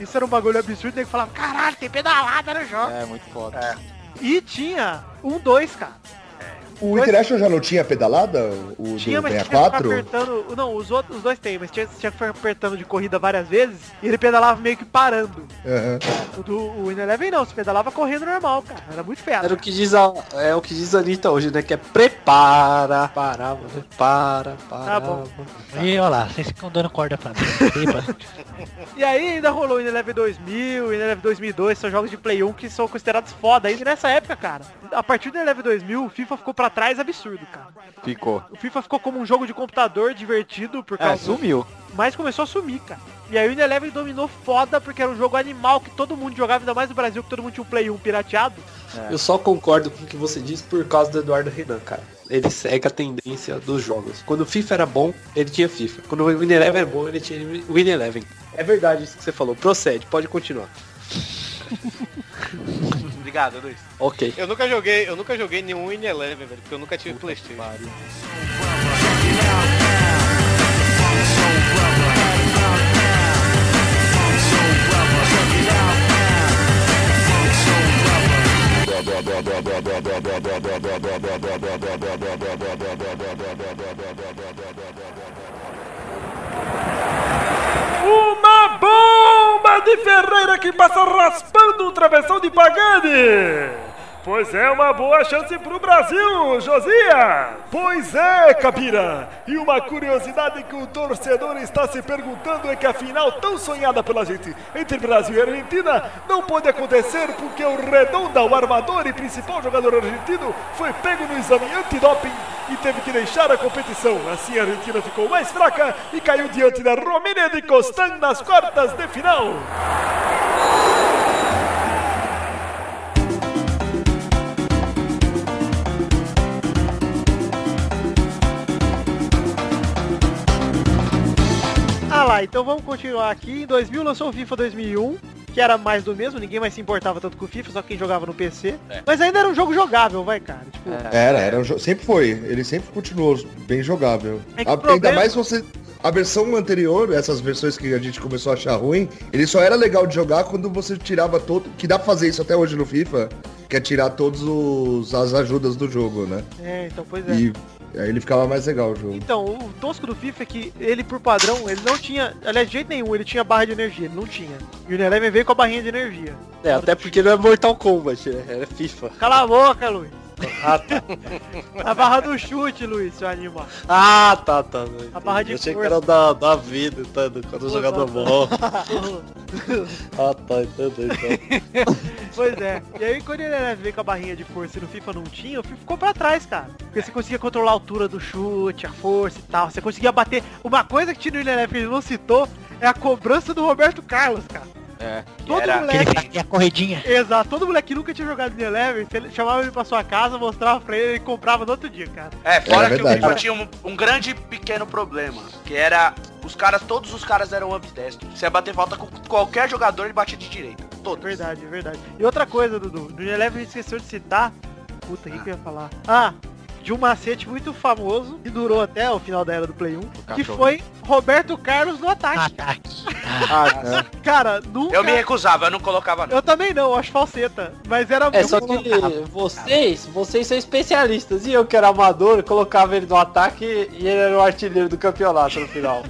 Isso era um bagulho absurdo, nego falava, caralho, tem pedalada no jogo.
É, muito foda.
E tinha um 2, cara.
O International já não tinha pedalada? O
Tinha,
do
mas tinha que ficar
64?
apertando. Não, os outros os dois tem, mas tinha, tinha que ficar apertando de corrida várias vezes e ele pedalava meio que parando.
Aham.
O do o In Eleven não, se pedalava correndo normal, cara. Era muito feado.
Era o que diz a, é o que diz a Anitta hoje, né? Que é prepara, parava, prepara, parava.
Tá bom.
E olha lá, vocês ficam dando corda pra mim. Epa.
E aí ainda rolou o In Eleven 2000, In Eleven 2002, são jogos de Play 1 que são considerados foda. E nessa época, cara, a partir do In Eleven 2000, o FIFA ficou pra trás absurdo, cara.
Ficou.
O FIFA ficou como um jogo de computador divertido por
É,
causa...
sumiu.
Mas começou a sumir, cara. E aí o In Eleven dominou foda porque era um jogo animal que todo mundo jogava, ainda mais no Brasil, que todo mundo tinha um Play 1 pirateado.
Eu só concordo com o que você diz por causa do Eduardo Renan, cara. Ele segue a tendência dos jogos. Quando o FIFA era bom, ele tinha FIFA. Quando o Win Eleven era bom, ele tinha Win Eleven. É verdade isso que você falou. Procede, pode continuar.
Obrigado, Luiz.
Ok.
Eu nunca joguei, eu nunca joguei nenhum In Eleven, velho, porque eu nunca tive Playstation.
Uma bomba de Ferreira que passa raspando o travessão de Pagani. Pois é, uma boa chance pro Brasil, Josias.
Pois é, Capira! E uma curiosidade que o torcedor está se perguntando é que a final tão sonhada pela gente entre Brasil e Argentina não pôde acontecer porque o Redonda, o armador e principal jogador argentino, foi pego no exame antidoping e teve que deixar a competição. Assim a Argentina ficou mais fraca e caiu diante da Romênia de Costan nas quartas de final.
Ah lá, então vamos continuar aqui. Em 2000 lançou o FIFA 2001, que era mais do mesmo, ninguém mais se importava tanto com o FIFA, só quem jogava no PC. Mas ainda era um jogo jogável, vai, cara. Tipo,
É.
Era, era um jo- sempre foi. Ele sempre continuou bem jogável.
É que
A-
o problema-
Ainda mais se você. A versão anterior, essas versões que a gente começou a achar ruim, ele só era legal de jogar quando você tirava todo. Que dá pra fazer isso até hoje no FIFA, que é tirar todas as ajudas do jogo, né?
É, então, pois é.
E aí ele ficava mais legal o jogo.
Então, o tosco do FIFA é que ele, por padrão, ele não tinha, aliás, de jeito nenhum, ele tinha barra de energia, ele não tinha. E o Eleven veio com a barrinha de energia.
É, até porque não é Mortal Kombat, né? Era FIFA.
Cala a boca, Luiz.
Ah, tá.
A barra do chute, Luiz, seu animal.
Ah, tá, tá.
A barra de
Eu achei que
força.
era da, da vida, tá? do- Quando o jogador morre. Ah, tá, entendi. Então.
pois é. E aí quando ele era ver com a barrinha de força e no FIFA não tinha, o FIFA ficou pra trás, cara. Porque você conseguia controlar a altura do chute, a força e tal. Você conseguia bater. Uma coisa que tinha no Eleven ele não citou é a cobrança do Roberto Carlos, cara.
É.
Todo moleque.
E a corredinha.
Exato, todo moleque que nunca tinha jogado no Eleven, você chamava ele pra sua casa, mostrava pra ele e comprava no outro dia, cara.
É, fora que o
verdade.
FIFA tinha um, um grande e pequeno problema, que era os caras, todos os caras eram ambidestros. Você ia bater falta com qualquer jogador, ele batia de direita. Todos.
Verdade, verdade. E outra coisa, Dudu, no Eleven a gente esqueceu de citar. Puta, o que, que eu ia falar? Ah, de um macete muito famoso, que durou até o final da era do Play 1, que
cachorro.
foi Roberto Carlos no ataque.
Ah,
Cara, nunca.
Eu me recusava, eu não colocava não.
Eu também não, eu acho falseta. Mas era
É,
muito
só que vocês, vocês são especialistas. E eu que era amador, colocava ele no ataque e ele era o artilheiro do campeonato no final.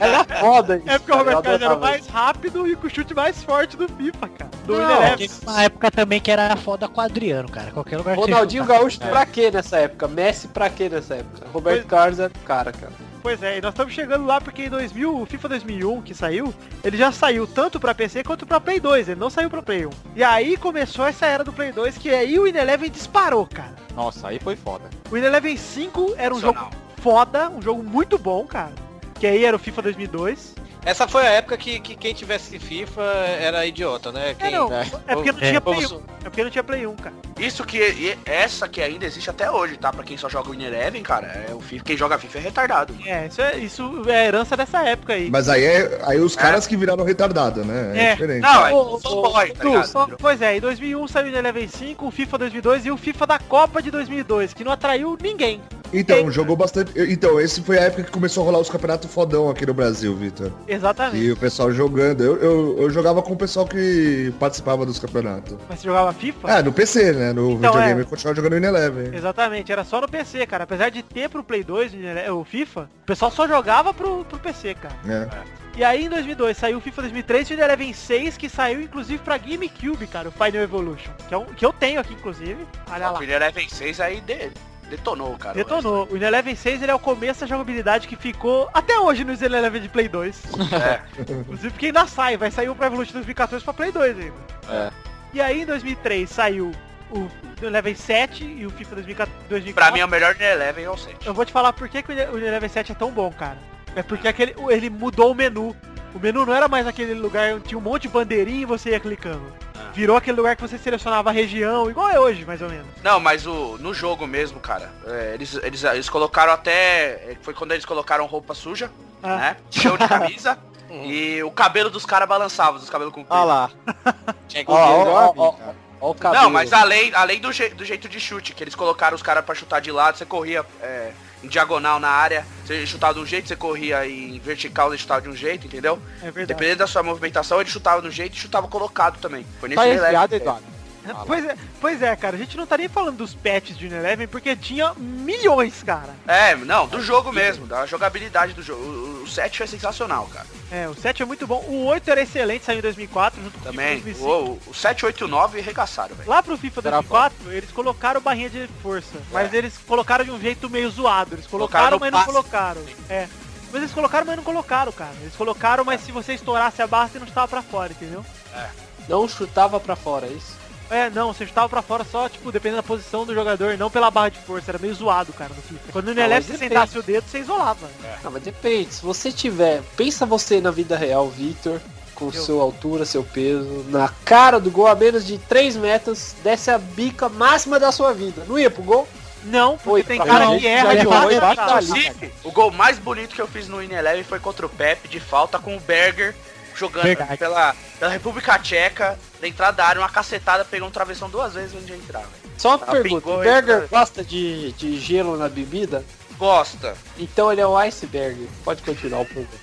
era foda isso.
É porque o
cara, eu
Roberto Carlos era
adorava
o mais rápido e com o chute mais forte do FIFA, cara. Do
Não,
Eleven.
teve uma época também que era foda com o Adriano, cara. Qualquer lugar que você
É.
Ronaldinho
chutar.
Gaúcho pra quê nessa época? Messi pra quê nessa época? Roberto Carlos era o cara, cara.
Pois é, e nós estamos chegando lá porque em 2000, o FIFA 2001 que saiu, ele já saiu tanto pra PC quanto pra Play 2, ele não saiu pra Play 1. E aí começou essa era do Play 2, que aí o In Eleven disparou, cara.
Nossa, aí foi foda.
O In Eleven um 5 era um jogo foda, um jogo muito bom, cara. Que aí era o FIFA 2002.
Essa foi a época que, que quem tivesse FIFA era idiota, né? Quem...
É,
um-
não. é porque não tinha Play 1. É porque não tinha Play 1, cara.
Isso que. e- Essa que ainda existe até hoje, tá? Pra quem só joga o Ineleven, cara, é o FIFA. Quem joga FIFA é retardado.
É, isso é, isso é herança dessa época aí.
Mas aí, é, aí os caras que viraram retardado, né? É, diferente.
Não, ô, ô,
só boy, tá
Du,
ligado?
só- pois é, em 2001 saiu o Ineleven 5, o FIFA 2002 e o FIFA da Copa de 2002, que não atraiu ninguém.
Então,
É.
jogou bastante. Então, esse foi a época que começou a rolar os campeonatos fodão aqui no Brasil, Vitor.
Exatamente.
E o pessoal jogando. Eu, eu, eu jogava com o pessoal que participava dos campeonatos.
Mas você jogava FIFA?
Ah, no PC, né? No
Então,
videogame
é.
eu continuava jogando em Eleven.
Exatamente, era só no PC, cara. Apesar de ter pro Play 2 o FIFA, o pessoal só jogava pro, pro PC, cara.
É.
E aí em 2002 saiu o FIFA 2003 e o Eleven 6, que saiu inclusive pra GameCube, cara, o Final Evolution, que, é um, que eu tenho aqui, inclusive. Olha lá.
O Ineleven 6 aí de- detonou, cara.
Detonou. O Eleven 6 ele é o começo da jogabilidade que ficou até hoje no Eleven de Play 2.
É.
Inclusive porque ainda sai, vai sair o Pro Evolution 2014 pra Play 2 ainda.
É.
E aí em 2003 saiu o Eleven 7 e o FIFA 2014.
Pra mim, é o melhor Ineleven é o 6.
Eu vou te falar por que, que o Eleven 7 é tão bom, cara. É porque aquele, ele mudou o menu. O menu não era mais aquele lugar onde tinha um monte de bandeirinha e você ia clicando.
É.
Virou aquele lugar que você selecionava a região, igual é hoje, mais ou menos.
Não, mas o, no jogo mesmo, cara, é, eles, eles, eles colocaram até. é, Foi quando eles colocaram roupa suja,
Ah. Uhum.
né? Show de camisa. e o cabelo dos caras balançava, os cabelos compridos.
Olha lá.
Tinha que
Ó, ó, ó,
ter-
ó, ó o cabelo.
Não, mas além, além do, je- do jeito de chute, que eles colocaram os caras pra chutar de lado, você corria é, em diagonal na área, você chutava de um jeito, você corria em vertical, você chutava de um jeito, entendeu?
É verdade.
Dependendo da sua movimentação, ele chutava de um jeito e chutava colocado também. Foi nesse
Tá
relé-
desviado,
é.
Eduardo. Pois é, pois é, cara, a gente não tá nem falando dos patches de Eleven porque tinha milhões, cara.
É, não, do jogo mesmo, da jogabilidade do jogo. O, o 7 é sensacional, cara.
É, o 7 é muito bom, o 8 era excelente, saiu em 2004, junto com o
Também.
FIFA 2005.
O, o 789 arregaçaram, velho.
Lá pro FIFA 2004, eles colocaram barrinha de força, mas eles colocaram de um jeito meio zoado. Eles colocaram,
É. Colocaram no
mas não
passe.
colocaram. É. Mas eles colocaram, mas não colocaram, cara. Eles colocaram, mas se você estourasse a barra, você não estava pra fora, entendeu?
Não chutava pra fora, é isso?
É, não, você estava pra fora só, tipo, dependendo da posição do jogador, não pela barra de força. Era meio zoado, cara, no FIFA. Quando o Nelef
mas
você
depende.
sentasse o dedo, você isolava. né?
Ah, mas depende. Se você tiver. Pensa você na vida real, Victor. Com sua altura, seu peso, na cara do gol a menos de 3 metros, desce a bica máxima da sua vida. Não ia pro gol?
Não, porque
tem cara que erra de
gol.
bate,
Embaixo
Tá
cara.
da linha,
Inclusive, Assim, o gol mais bonito que eu fiz no Ineleve foi contra o Pepe de falta com o Berger jogando
Verdade.
pela, pela República Tcheca, da entrada da área, uma cacetada, pegou um travessão duas vezes onde ia entrar, velho.
Só uma
Ah,
pergunta,
pingou,
o
hein,
Berger
cara?
gosta de, de gelo na bebida?
Gosta.
Então ele é um iceberg. Pode continuar o programa.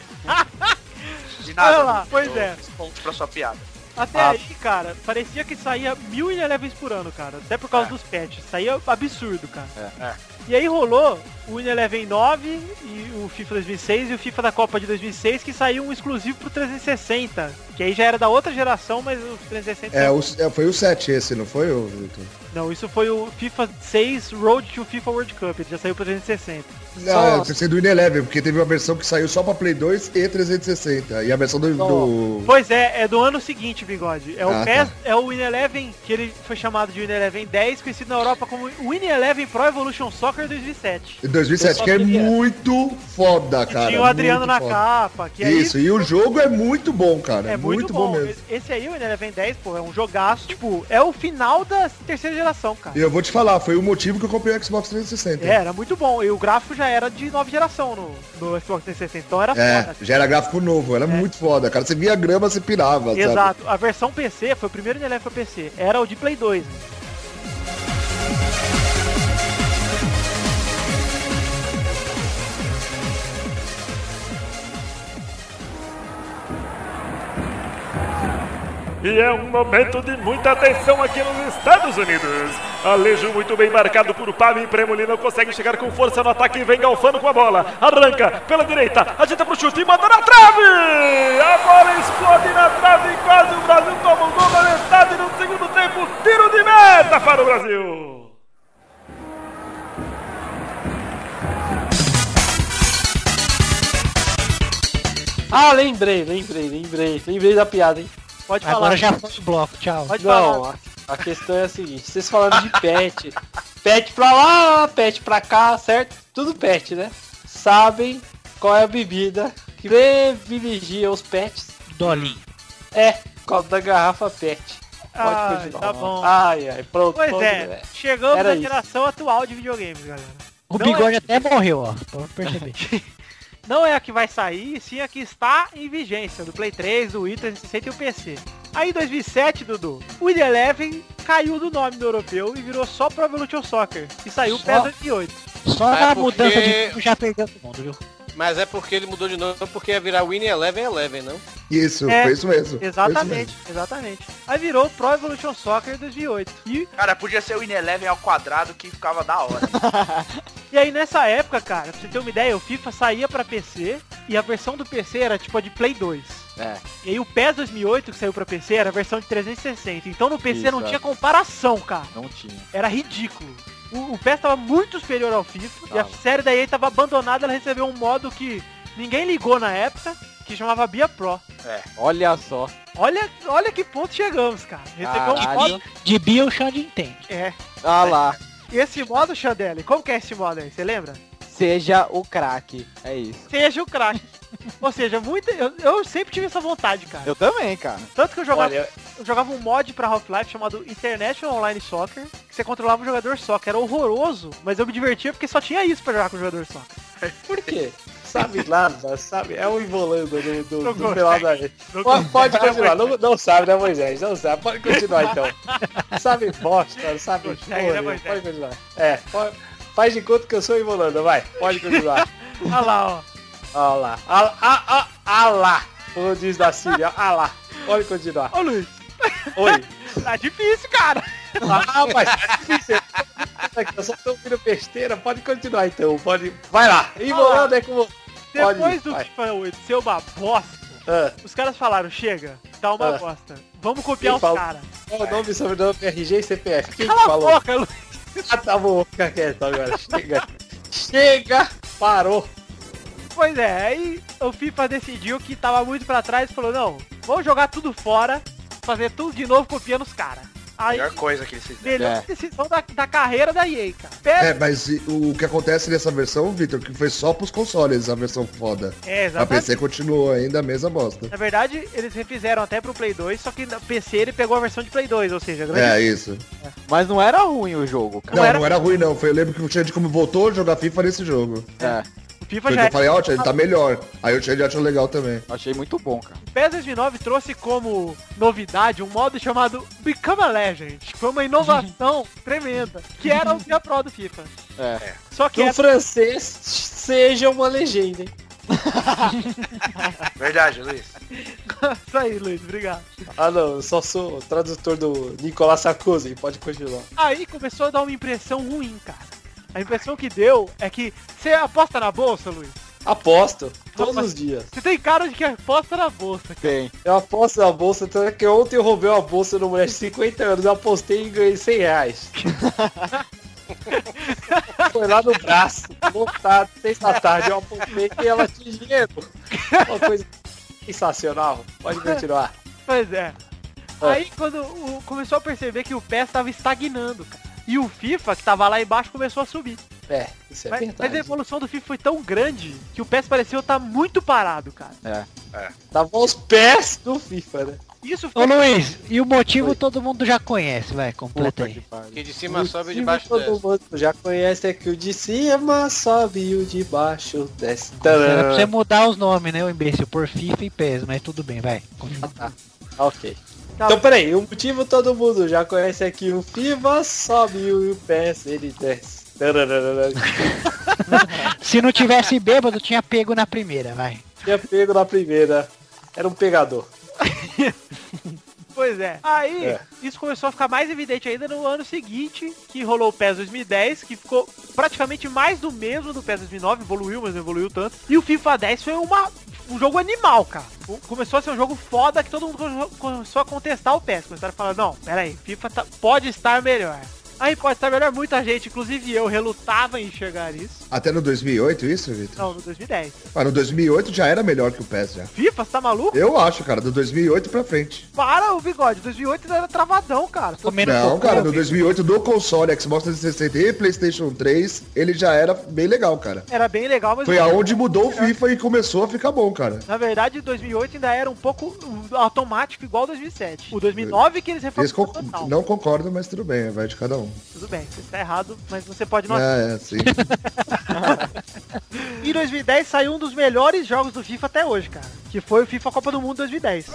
De nada.
Olha lá,
mano.
pois
Dou
é.
os Pontos pra sua piada.
Até
Ah.
aí, cara, parecia que saía mil Inelevens por ano, cara. Até por causa dos patches. Saía absurdo, cara. E aí rolou o Ineleven 9 e o FIFA 2006 e o FIFA da Copa de 2006 que saiu um exclusivo pro 360, que aí já era da outra geração, mas o 360
É, o, é, foi o 7 esse, não foi, ô, Vitor?
não, isso foi o FIFA 6 Road to FIFA World Cup, ele já saiu pro 360.
Não, deve ser do Ineleven, porque teve uma versão que saiu só pra Play 2 e 360. E a versão do. do-
Pois é, é do ano seguinte, Bigode. É o,
Ah,
PES,
tá.
é o Win Eleven, que ele foi chamado de Win Eleven 10, conhecido na Europa como Win Eleven Pro Evolution Soccer 2007.
de 2007, que é muito foda, cara.
Tinha o Adriano
muito
na
foda.
capa, que aí
Isso, e o jogo é muito bom, cara.
é muito, bom.
mesmo.
Esse aí, o Win Eleven 10, pô, é um jogaço, tipo, é o final da terceira geração, cara.
E eu vou te falar, foi o motivo que eu comprei o Xbox 360.
É, era muito bom. E o gráfico já era de nova geração no, no Xbox 360, então era
É,
foda.
já era gráfico novo, era muito foda, cara. Você via a grama, você pirava, sabe?
É. Exato. A versão PC foi o primeiro Win Eleven pra PC. Era o de Play 2. né?
E é um momento de muita atenção aqui nos Estados Unidos. Alejo muito bem marcado por Pavi Premolino consegue chegar com força no ataque e vem galfando com a bola. Arranca pela direita, agita pro chute e manda na trave! A bola explode na trave e quase o Brasil toma um gol na metade do segundo tempo. Tiro de meta para o Brasil!
Ah, lembrei, lembrei, lembrei. Lembrei da piada, hein?
Pode
Agora já foi o bloco, tchau.
Pode
Não,
falar.
a, a questão é a seguinte, vocês falaram de pet. pet pra lá, pet pra cá, certo? Tudo pet, né? Sabem qual é a bebida que privilegia os pets.
Dolly.
É, por causa da garrafa pet. Pode
Ai,
continuar.
tá bom.
Ai, ai, pronto.
Pois
pronto, né?
é,
velho.
chegamos
Era
na
isso.
geração atual de videogames, galera.
O
Não
bigode
é-
até morreu, ó. Pra perceber.
Não é a que vai sair, sim a que está em vigência, do Play 3, do Wii 360 e o PC. Aí em 2007, Dudu, o Wii Eleven caiu do nome do europeu e virou só Pro Evolution Soccer, e saiu o
Só?
PES 2008.
Só
É
na
porque-
mudança de tipo já perdeu todo mundo, viu?
Mas é porque ele mudou de novo, porque ia virar Winnie Eleven Eleven, não?
Isso,
É,
foi isso mesmo. foi isso mesmo.
Exatamente, exatamente. Aí virou Pro Evolution Soccer 2008. E,
Cara, podia ser o Ineleven ao quadrado que ficava da hora.
e aí nessa época, cara, pra você ter uma ideia, o FIFA saía pra PC e a versão do PC era tipo a de Play 2.
É.
E aí o PES 2008 que saiu pra PC era a versão de 360. Então no PC não
Exato.
tinha comparação, cara.
Não tinha.
Era ridículo. O, o PES tava muito superior ao FIFA e a
Tava.
série da EA tava abandonada, ela recebeu um modo que ninguém ligou na época, que chamava Bia Pro.
Olha só.
Olha, olha que ponto chegamos, cara. Recebeu um
Caralho.
modo.
De Bill, o Xande entende.
É.
Ah lá.
E esse modo, Xandelli, como que é esse modo aí? Você lembra?
Seja o craque. É isso.
Seja o crack. Ou seja, muita. Eu, eu sempre tive essa vontade, cara.
Eu também, cara.
Tanto que eu jogava,
Olha-
eu jogava um mod pra Half-Life chamado International Online Soccer, que você controlava um jogador só, que era horroroso, mas eu me divertia porque só tinha isso pra jogar com um jogador só.
Por quê? Sabe nada, sabe? É o Involando do, do,
Não
do
consegue.
Pelado aí.
Não
Pode pode continuar, não, não sabe, né, Moisés? Não sabe, pode continuar então. Sabe bosta, sabe
Consegue,
porra,
né,
nenhuma,
Moisés?
pode continuar. É, pode- faz de conta que eu sou o Involando, vai, pode continuar.
Olha lá, ó.
Olha lá, ah, ah, ah, ah lá, como diz da Síria, ah lá, pode continuar.
Ô Luiz,
Oi.
tá difícil, cara.
Ah, mas tá difícil. é Eu só tô ouvindo besteira, pode continuar então, pode... Vai lá, Involando é como... Pode,
Depois do
vai.
FIFA 8 ser uma bosta,
Ah.
os caras falaram, chega, tá uma
Ah.
bosta. Vamos copiar
Quem
os
falou?
caras.
Qual É o nome, sobrenome, RG e CPF? Quem que
Cala a
falou?
boca, Luiz.
Ah, tá bom, fica quieto agora. Chega. Chega! Parou!
Pois é, aí o FIFA decidiu que tava muito pra trás e falou, não, vamos jogar tudo fora, fazer tudo de novo copiando os caras. Aí,
Melhor coisa que eles fizeram.
melhor
É.
decisão da, da carreira da EA, cara. Pera-
É, mas e- o que acontece nessa versão, Victor, que foi só pros consoles a versão foda.
É,
A
exatamente.
PC continuou ainda a mesma bosta.
Na verdade, eles refizeram até pro Play 2, só que no PC ele pegou a versão de Play 2, ou seja, grande...
É, isso.
Mas não era ruim o jogo, cara.
Não,
era-
não era ruim não. Foi, eu lembro que o Chad como voltou a jogar FIFA nesse jogo.
É.
o FIFA
Porque
já
eu
é...
falei, ó, Chad, tá melhor. Aí o Chad achou legal também.
Achei muito bom, cara.
O PES 2009 trouxe como novidade um modo chamado Become a Legend. Foi uma inovação tremenda, que era o dia pro do FIFA.
É.
Só que
Que o
Então
era...
francês seja uma legenda, hein?
Verdade, Luiz.
Isso aí, Luiz, obrigado.
Ah não, eu só sou o tradutor do Nicolas Sarkozy, pode continuar.
Aí começou a dar uma impressão ruim, cara. A impressão que deu é que você aposta na bolsa, Luiz.
Aposto, todos
Rapaz.
os dias.
Você tem cara de que aposta na bolsa.
Tem.
Eu aposto na bolsa, tanto é que ontem eu roubei uma bolsa no mulher de 50 anos, eu apostei e ganhei 100 reais. Foi lá no braço, montado, seis da tarde, eu apostei e ela tinha dinheiro. Uma coisa sensacional, pode continuar.
Pois é.
É.
Aí quando o- começou a perceber que o PES tava estagnando, cara. E o FIFA, que tava lá embaixo, começou a subir.
É, isso é
mas, mas a
verdade.
evolução do FIFA foi tão grande que o PES pareceu estar muito parado, cara.
Tava aos pés do FIFA, né?
Isso foi
Ô Luiz, e o motivo
Oi.
todo mundo já conhece, vai, completa aí.
Que de cima
O
sobe e de
time
baixo
todo
desce.
mundo já conhece é que o de cima sobe e o de baixo desce.
Era pra
Tcharam.
você mudar os nomes, né, o imbecil, por FIFA e PES, mas tudo bem, vai. continua.
Ok.
Tá.
Então peraí, o motivo todo mundo já conhece é que o FIFA sobe e o PS ele desce. Tararara.
Se não tivesse bêbado, tinha pego na primeira, vai.
Tinha pego na primeira. Era um pegador.
Pois é. Aí,
É.
isso começou a ficar mais evidente ainda no ano seguinte, que rolou o PES 2010, que ficou praticamente mais do mesmo do PES 2009, evoluiu, mas não evoluiu tanto. E o FIFA 10 foi uma, um jogo animal, cara. O- Começou a ser um jogo foda que todo mundo come- começou a contestar o PES. Começaram a falar, não, peraí, FIFA tá- pode estar melhor. A hipótese tá melhor, muita gente, inclusive eu, relutava em enxergar isso.
Até no 2008 isso, Vitor?
Não, no 2010.
Ah, no 2008 já era melhor que o PES já.
FIFA, você tá maluco?
Eu acho, cara, do 2008 pra frente.
Para o bigode, 2008 ainda era travadão, cara.
Comendo não, cara, no 2008 do console Xbox 360 e PlayStation 3, ele já era bem legal, cara.
Era bem legal, mas...
Foi aonde mudou o FIFA e começou a ficar bom, cara.
Na verdade, 2008 ainda era um pouco automático, igual 2007. O 2009 que eles
Eles
reformaram
con-
total.
não concordam, mas tudo bem, vai de cada um.
Tudo bem, você está errado, mas você pode não
É, é, sim.
Em 2010 saiu um dos melhores jogos do FIFA até hoje, cara. Que foi o FIFA Copa do Mundo 2010.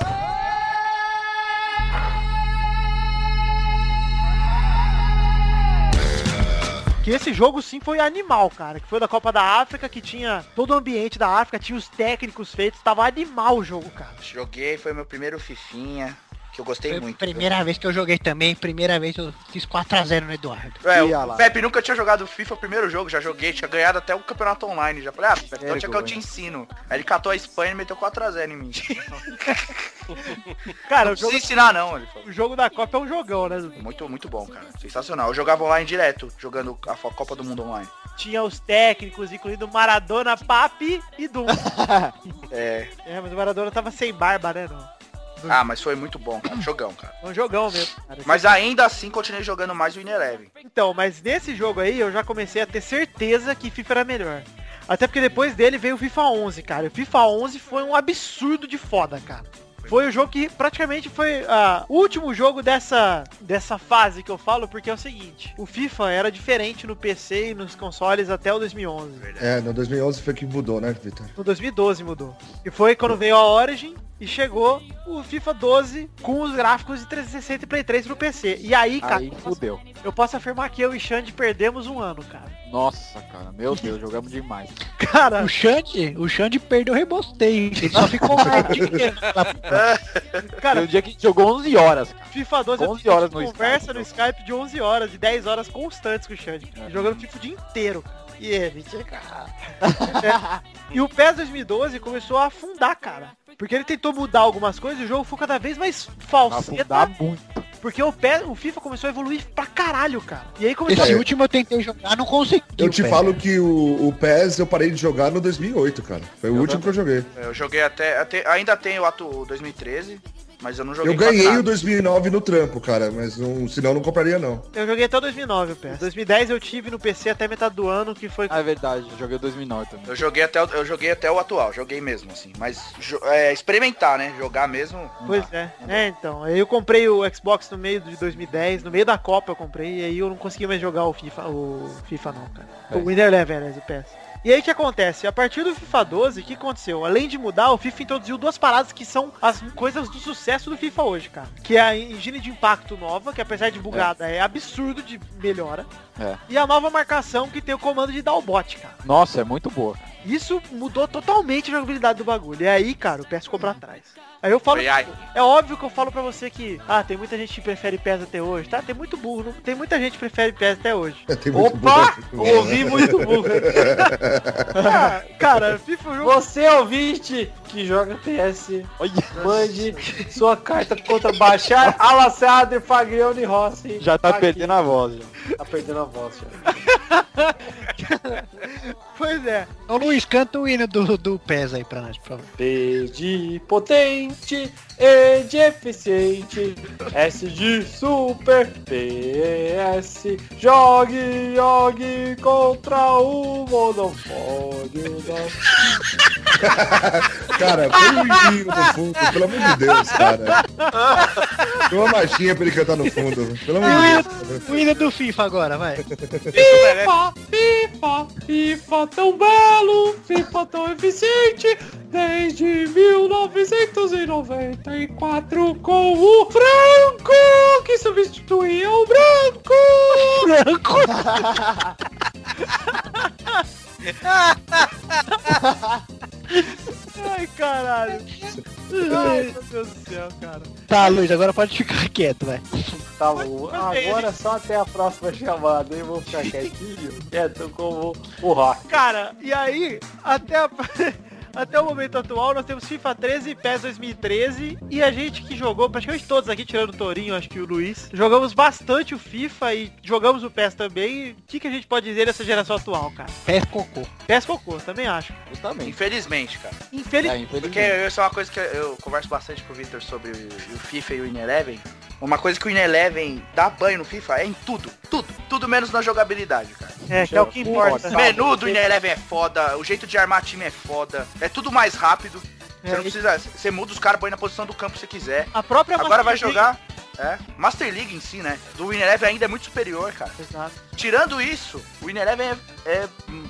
Que esse jogo sim foi animal, cara. Que foi da Copa da África, que tinha todo o ambiente da África, tinha os técnicos feitos, tava animal o jogo, cara.
Joguei, foi meu primeiro fifinha, que eu gostei muito.
Primeira vez que eu joguei também, primeira vez eu fiz 4x0 no Eduardo.
É,
Ih, olha lá.
o Pepe nunca tinha jogado FIFA, o primeiro jogo, já joguei, tinha ganhado até o campeonato online. Já falei, ah, Pepe, então tinha que eu te ensino. Aí ele catou a Espanha e meteu 4x0 em mim.
Cara,
não precisa ensinar não, ele falou.
O jogo da Copa é um jogão, né?
Muito, muito bom, cara. Sensacional. Eu jogava online direto, jogando a Fo- Copa do Mundo online.
Tinha os técnicos, incluindo Maradona, Papi e Dum.
É.
é, mas o Maradona tava sem barba, né? Não.
Ah, mas foi muito bom, cara. Jogão, cara.
É um jogão mesmo. Cara.
Mas ainda assim continuei jogando mais o Ineleven.
Então, mas nesse jogo aí eu já comecei a ter certeza que FIFA era melhor. Até porque depois dele veio o FIFA 11, cara. O FIFA 11 foi um absurdo de foda, cara. Foi o jogo que praticamente foi ah, o último jogo dessa, dessa fase que eu falo, porque é o seguinte. O FIFA era diferente no PC e nos consoles até o 2011.
É, no 2011 foi que mudou, né, Vitor?
No 2012 mudou. E foi quando veio a Origin e chegou o FIFA 12 com os gráficos de 360 e Play 3 pro PC. E aí, cara,
Aí
eu posso-
fudeu.
eu posso afirmar que eu e Xande perdemos um ano, cara.
Nossa, cara, meu Deus, jogamos demais.
Cara,
O Xande, o Xande perdeu o rebosteio, ele só ficou lá o dia inteiro.
cara,
Foi um dia que a gente jogou 11 horas, cara.
FIFA 12 eu
11
tive
horas no
tipo, conversa no Skype de 11 horas e 10 horas constantes com o Xande,
É.
jogando FIFA o dia inteiro. E ele, tinha- É. E o PES 2012 começou a afundar, cara. Porque ele tentou mudar algumas coisas e o jogo ficou cada vez mais
Afundar
falseta.
muito.
Porque o, PES, o FIFA começou a evoluir pra caralho, cara. E aí começou
é
Esse
a...
último eu tentei jogar, não consegui.
Eu te
velho.
falo que o, o PES eu parei de jogar no 2008, cara. Foi o último que eu joguei.
É, Eu joguei até, até- Ainda tenho o ato 2013, mas eu não joguei
Eu
quase
ganhei
nada.
o 2009 no trampo, cara, mas não, senão eu não compraria não.
Eu joguei até o 2009 o PES. 2010 eu tive no PC até metade do ano, que foi...
Ah, é verdade, eu joguei 2009 também.
Eu joguei até o, eu joguei até o atual, joguei mesmo, assim. Mas jo- é, experimentar, né? Jogar mesmo. não dá.
Pois é, é, então. Eu comprei o Xbox no meio de 2010, no meio da Copa eu comprei, e aí eu não consegui mais jogar o FIFA, o FIFA não, cara. O Winner Eleven, aliás, o PS. E aí o que acontece? A partir do FIFA 12, o que aconteceu? Além de mudar, o FIFA introduziu duas paradas que são as coisas do sucesso do FIFA hoje, cara. Que é a engine de impacto nova, que apesar de bugada, é, absurdo de melhora.
É.
E a nova marcação que tem o comando de dar o bot, cara.
Nossa, é muito boa.
Isso mudou totalmente a jogabilidade do bagulho. E é aí, cara, o PES ficou pra trás. Aí eu falo,
Foi, ai.
é óbvio que eu falo pra você que, ah, tem muita gente que prefere PES até hoje, tá? Tem muito burro, não- tem muita gente que prefere PES até hoje.
Tem muito
Opa!
burro.
Ouvi muito burro.
Ah, cara, FIFA é um jogo
Você, ouvinte, que joga PS, mande sua carta contra Bachar, Alassader, Faglione e Rossi.
Já tá
Aqui.
perdendo a voz, já.
Tá perdendo a voz, já.
pois é.
Ô Luiz, canta o hino do, do PES aí pra nós, por favor.
P de potente, E de eficiente, S de super, PS, jogue, jogue contra o monopólio da...
Cara, põe um lindinho no fundo, pelo amor de Deus, cara. Tem uma marchinha pra ele cantar no fundo. Pelo amor de Deus.
é O hino do FIFA agora, vai.
FIFA, FIFA, FIFA tão belo, FIFA tão eficiente, desde 1994 com o Franco, que substituía o Branco.
Ai, caralho. Ai, meu Deus do céu, cara.
Tá, Luiz, agora pode ficar quieto, vai.
Tá bom, agora só até a próxima chamada, hein? Vou
É,
ficar quietinho, quieto como o rock.
Cara, e aí, até a, Até o momento atual, nós temos FIFA 13 e PES 2013. E a gente que jogou, praticamente todos aqui, tirando o Torinho, acho que o Luiz, jogamos bastante o FIFA e jogamos o PES também. E O que, que a gente pode dizer dessa geração atual, cara?
PES cocô.
PES cocô, também acho.
Justamente.
Infelizmente, cara.
né,
Infeliz...
Porque isso é uma coisa que eu converso bastante com o Victor sobre o FIFA e o Ineleven. Uma coisa que o Ineleven dá banho no FIFA é em tudo. Tudo. Tudo menos na jogabilidade, cara.
É, que é o que importa.
O menu do Ineleven é foda, o jeito de armar time é foda. É tudo mais rápido.
É
Você não precisa. Você muda os caras, põe na posição do campo se quiser.
A própria
Agora
Master
vai
League-
jogar. É. Master League em si, né? Do Ineleven ainda é muito superior, cara.
Exato.
Tirando isso, o Ineleven é, é hum,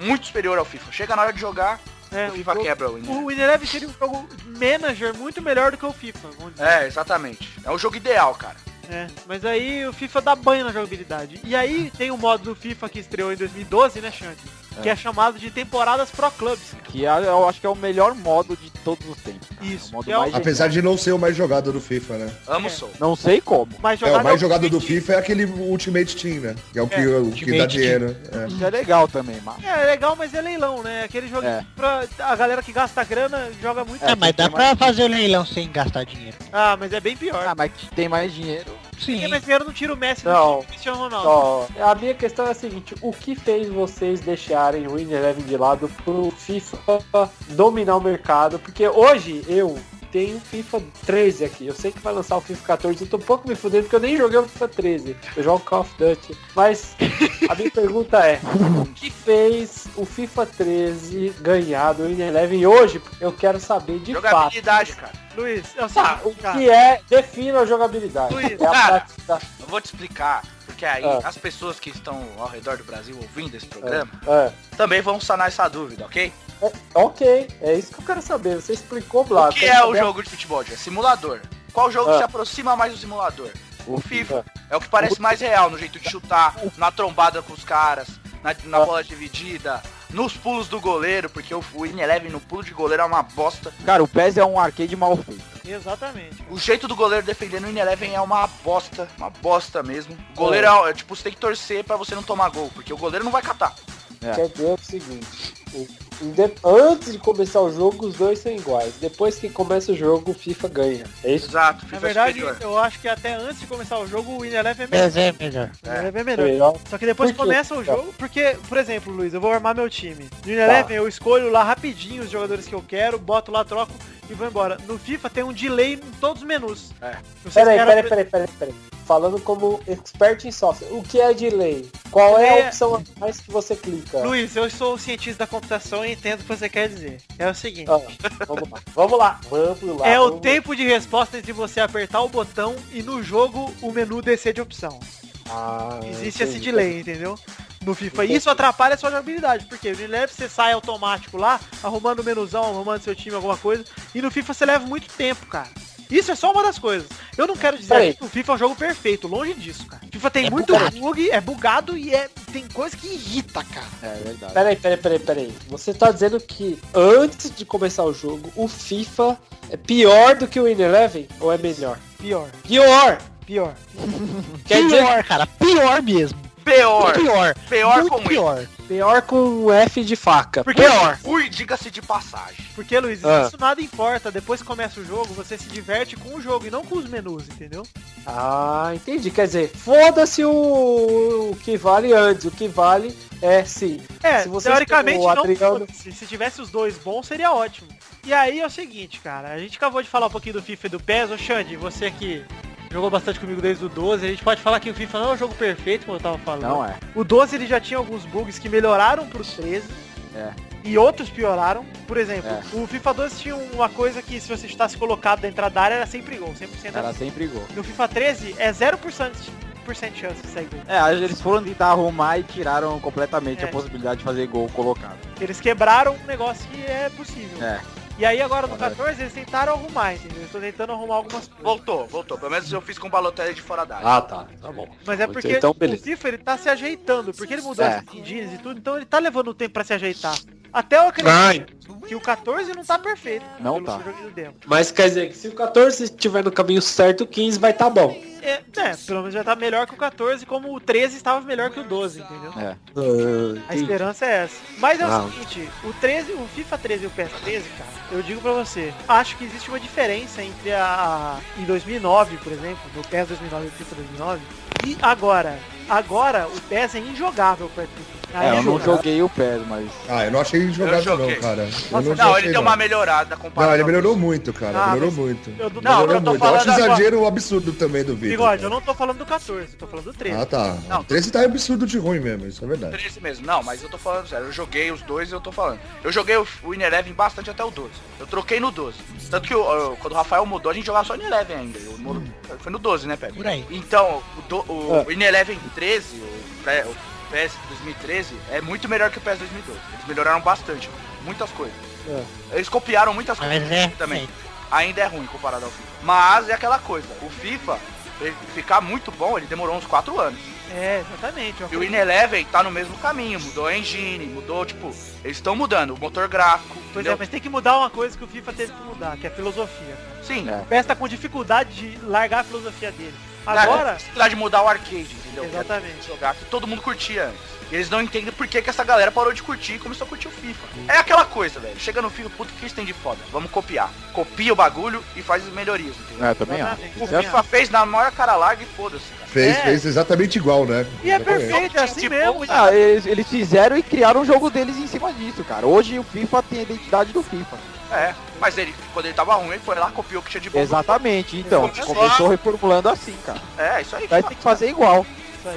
muito superior ao FIFA. Chega na hora de jogar,
É,
o FIFA
jogo-
quebra o Ineleven.
O Ineleve seria um jogo manager muito melhor do que o FIFA, vamos dizer.
É, exatamente. É o jogo ideal, cara.
É, mas aí o FIFA dá banho na jogabilidade. E aí tem um modo do FIFA que estreou em 2012, né, Xande? Que
É.
é chamado de temporadas pro clubes.
Que é- eu acho que é o melhor modo de todos os tempos. um
Isso.
modo
que é o-
mais
Apesar de não ser o mais jogado do FIFA, né?
É.
Amo Soul.
Não sei como.
Mas
É, o mais jogado do FIFA é aquele Ultimate Team, né? Que é o que,
É,
o que dá
Ultimate
dinheiro. é.
Isso é legal também, mas...
É legal, mas é leilão, né? Aquele jogo
É.
pra a galera que gasta grana joga muito.
É, mas dá pra fazer o leilão sem gastar dinheiro.
Ah, mas é bem pior.
Ah, mas tem mais dinheiro.
Sim.
Porque mais dinheiro não tira o Messi
Não.
do time, Cristiano Ronaldo.
Só, a minha questão é a seguinte, o que fez vocês deixarem o Ineleven de lado pro FIFA dominar o mercado? Porque hoje eu tenho FIFA 13 aqui, eu sei que vai lançar o FIFA 14, eu tô um pouco me fudendo porque eu nem joguei o FIFA 13, eu jogo Call of Duty, mas a minha pergunta é, o que fez o FIFA 13 ganhar do Ineleven hoje? Eu quero saber de fato.
Jogabilidade, cara.
Luiz, é o
Tá, o
seguinte, cara.
que é, defina a jogabilidade.
Luiz,
É a
cara.
praticidade.
Eu vou te explicar, porque aí
Ah.
as pessoas que estão ao redor do Brasil ouvindo esse programa
É.
também vão sanar essa dúvida, ok?
Ok, é isso que eu quero saber. Você explicou,
O
Blas.
que é o jogo de futebol? É simulador. Qual jogo
Ah.
se aproxima mais do simulador? O FIFA.
FIFA.
É o que parece mais real no jeito de chutar, na trombada com os caras, na, na
Ah.
bola dividida, nos pulos do goleiro, porque o, o Ineleven no pulo de goleiro é uma bosta.
Cara, o PES é um arcade mal feito.
Exatamente.
O jeito do goleiro defendendo o Ineleven é uma bosta, uma bosta mesmo. O goleiro é, é tipo, você tem que torcer pra você não tomar gol, porque o goleiro não vai catar.
Quer dizer o seguinte: o- o de- antes de começar o jogo, os dois são iguais. Depois que começa o jogo, o FIFA ganha. É isso?
Exato,
Na
FIFA
verdade,
superior.
eu acho que até antes de começar o jogo, o Ineleve é melhor.
Mas é melhor.
O Ineleve é
É
melhor.
melhor.
Só que depois
Por
que
quê?
começa o jogo, porque, por exemplo, Luiz, eu vou armar meu time.
Tá.
No Eleven eu escolho lá rapidinho os jogadores que eu quero, boto lá, troco e vou embora. No FIFA tem um delay em todos os menus.
É.
Vocês
Peraí,
querem-
peraí, peraí, peraí, peraí. Falando como expert em software, o que é delay? Qual é
Delay é-
a opção a mais que você clica?
Luiz, eu sou o cientista da computação e entendo o que você quer dizer. É o seguinte.
Ah, vamos lá, vamos lá, vamos lá.
É o
vamos-
tempo de resposta entre você apertar o botão e no jogo o menu descer de opção.
Ah,
Existe esse
entendi.
delay, entendeu? No FIFA. E isso atrapalha a sua jogabilidade, porque no Eleven você sai automático lá, arrumando o menuzão, arrumando seu time, alguma coisa, e no FIFA você leva muito tempo, cara. Isso é só uma das coisas. Eu não quero dizer
Peraí.
aqui que o FIFA é um jogo perfeito, longe disso, cara. FIFA tem
É
muito
bugado.
bug, é bugado e é tem coisa que irrita, cara.
É verdade.
Peraí, peraí, peraí, peraí. Você tá dizendo que antes de começar o jogo, o FIFA é pior do que o In Eleven? Ou é melhor?
Pior,
Pior!
pior.
Quer dizer
Pior, cara. Pior mesmo.
é
Pior,
Pior.
pior
Muito
com isso.
pior.
pior
um
com F de faca.
Porque,
Ui, diga-se de passagem.
porque Luiz,
Ah.
isso nada importa. Depois que começa o jogo, você se diverte com o jogo e não com os menus, entendeu?
Ah, entendi. Quer dizer, foda-se o... o que vale antes. O que vale é sim.
É,
Se você
teoricamente
escolheu o
não.
Adriano-
foda-se. Se, tivesse os dois bons, seria ótimo. E aí é o seguinte, cara. A gente acabou de falar um pouquinho do FIFA e do PES. Ô, Xande, você que jogou bastante comigo desde o 12, a gente pode falar que o FIFA não é um jogo perfeito, como eu tava falando.
Não é.
O 12 ele já tinha alguns bugs que melhoraram pro 13.
É.
E outros pioraram. Por exemplo,
É.
o FIFA 12 tinha uma coisa que se você estasse colocado da entrada da área era sempre gol, 100%
Ela
era...
sempre gol.
No FIFA 13 é 0% de chance de sair gol.
É, aí eles foram tentar arrumar e tiraram completamente
É.
a possibilidade de fazer gol colocado.
Eles quebraram um negócio que é possível.
É.
E aí agora no
Agora-
14 eles tentaram arrumar, entendeu? Eles estão tentando arrumar algumas coisas.
Voltou, voltou. Pelo menos eu fiz com o Balotelli de fora da área.
Ah, tá. Tá bom.
Mas é
Então,
porque
então,
o
beleza.
FIFA ele tá se ajeitando, porque ele mudou
É.
as engines e tudo, então ele tá levando um tempo pra se ajeitar. Até eu acredito que o 14 não tá perfeito.
Não
pelo
tá.
que eu joguei no demo.
Mas quer dizer que se o 14 estiver no caminho certo, o 15 vai tá bom.
é, é, pelo menos já tá melhor que o 14, como o 13 estava melhor que o 12, entendeu?
É.
A esperança é essa. Mas é o
Ah.
seguinte, o 13, o FIFA 13 e o PS 13, cara, eu digo pra você, acho que existe uma diferença entre a em 2009, por exemplo, do PS 2009 e o FIFA 2009, e agora. Agora o PES é injogável perto do FIFA.
É, eu não
Injogável.
joguei o PES, mas.
Ah, eu não achei jogável não,
joguei.
cara. Eu
Nossa,
não,
não, ele
achei,
deu
não.
uma melhorada
Não,
comparado.
ele melhorou muito, cara.
Ah,
melhorou
mas
muito.
eu não-
melhorou
não, eu tô
muito. Eu acho um
falando agora-
exagero absurdo também do vídeo.
Bigode, eu não tô falando do 14, eu tô falando do 13.
Ah, tá.
Não.
O 13 tá absurdo de ruim mesmo, isso é verdade.
13 mesmo. Não, mas eu tô falando sério. Eu joguei os dois e eu tô falando. Eu joguei o, o Inner Eleven bastante até o 12. Eu troquei no 12. Tanto que o- o- quando o Rafael mudou, a gente jogava só Inner Eleven ainda. Eu moro- Foi no 12, né, Pepe?
Hum. Por aí.
Então, o, do, o,
Ah.
o Inner Eleven 13, o, pré- o PS 2013, é muito melhor que o PS 2012. Eles melhoraram bastante. Muitas coisas. Eles copiaram muitas
É. Mas
coisas
é
também. Ainda é ruim comparado ao FIFA. Mas é aquela coisa. O FIFA, pra ele ficar muito bom, ele demorou uns 4 anos.
É, exatamente.
E o In Eleven tá no mesmo caminho, mudou a engine, mudou, tipo, eles estão mudando o motor gráfico.
Pois
entendeu?
é, mas tem que mudar uma coisa que o FIFA teve que mudar, que é a filosofia.
Sim.
O PES tá com dificuldade de largar a filosofia dele.
Cara,
Agora,
dificuldade de mudar o arcade, entendeu?
Exatamente.
Que era Jogar que todo mundo curtia antes. E eles não entendem por que, que essa galera parou de curtir e começou a curtir o FIFA. É aquela coisa, velho. Chega no FIFA, puto, o que eles têm de foda? Vamos copiar. Copia o bagulho e faz as melhorias, entendeu?
É, também acho.
Exatamente.
Isso é
O FIFA fez na maior cara larga e foda-se. cara.
Fez, fez exatamente igual, né? Exatamente.
é assim mesmo.
Ah, eles, eles fizeram e criaram o jogo deles em cima disso, cara. Hoje o FIFA tem a identidade do FIFA.
É, mas ele, quando ele tava ruim, ele foi lá, copiou o que tinha de bom.
Exatamente, então.
Começou
Começou
lá.
reformulando assim, cara.
É, isso aí.
Vai ter que fazer igual.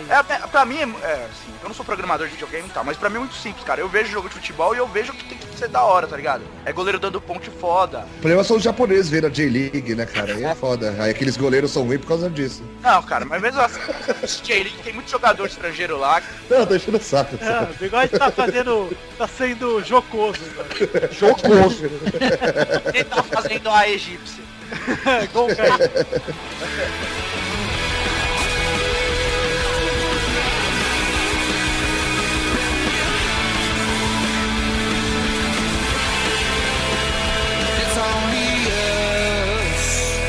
É, pra- pra mim, é, assim, eu não sou programador de videogame e tal, mas pra mim é muito simples, cara. Eu vejo jogo de futebol e eu vejo que tem que ser da hora, tá ligado? É goleiro dando ponte foda.
O problema são os japoneses vendo a J-League, né, cara? Aí é foda. Aí aqueles goleiros são ruins por causa disso.
Não, cara, mas mesmo assim, J-League tem muito jogador estrangeiro lá.
Não, tá enchendo o saco.
Ah, o bigode tá fazendo. tá sendo jocoso. né?
Jocoso.
Ele tá fazendo a egípcia.
Gol, cara.
It's only us.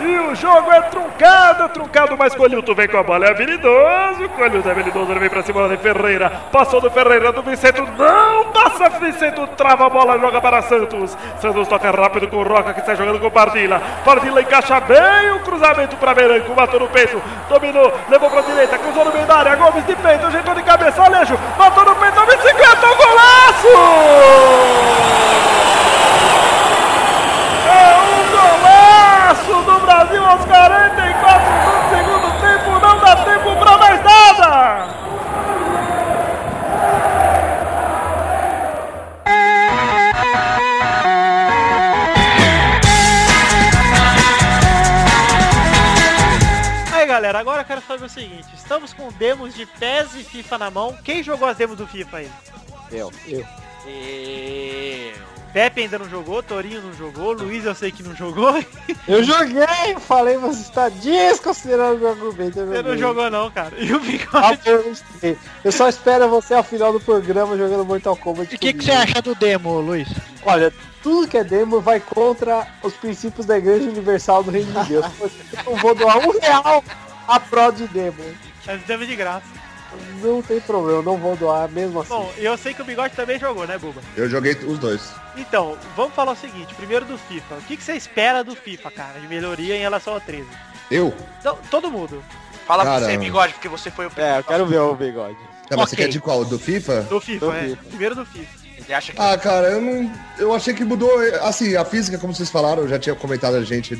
E o jogo é truncado, truncado, mas Colilto vem com a bola, é habilidoso, Colilto é habilidoso, ele vem pra cima de Ferreira, passou do Ferreira, do Vicento, não passa, Vicento trava a bola, joga para Santos, Santos toca rápido com o Roca, que está jogando com o Bardila, Bardila encaixa bem o cruzamento para Beranco, matou no peito, dominou, levou pra direita, cruzou no meio da área, Gomes de peito, ajeitou de cabeça, Alejo, matou no peito, a bicicleta, o golaço! É um golaço do Brasil aos 44 do segundo tempo. Não dá tempo pra mais nada.
Aí galera, agora eu quero saber o seguinte: estamos com demos de PES e FIFA na mão. Quem jogou as demos do FIFA aí?
Eu.
Pepe ainda não jogou, Torinho não jogou, Luiz eu sei que não jogou.
Eu joguei, eu falei, você está desconsiderando meu argumento.
Você não jogou não, cara. E o
bigode? eu só espero você ao final do programa jogando Mortal Kombat.
O que, que você acha do demo, Luiz?
Olha, tudo que é demo vai contra os princípios da Igreja Universal do Reino de Deus. Eu não vou doar um real a pró de demo.
As demos de graça.
Não tem problema, eu não vou doar mesmo assim.
Bom, eu sei que o Bigode também jogou, né, Buba?
Eu joguei os dois.
Então, vamos falar o seguinte: primeiro do FIFA. O que, que você espera do FIFA, cara, de melhoria em relação ao 13?
Eu?
Então, todo mundo.
Fala
Cara,
pra você, bigode, porque você foi o
É, eu quero ver o bigode.
Tá, mas você
Ok.
quer de qual? Do FIFA?
Do FIFA, é. Primeiro do FIFA.
Ele acha que.
Ah, cara, eu não. Eu achei que mudou. Assim, a física, como vocês falaram, eu já tinha comentado a gente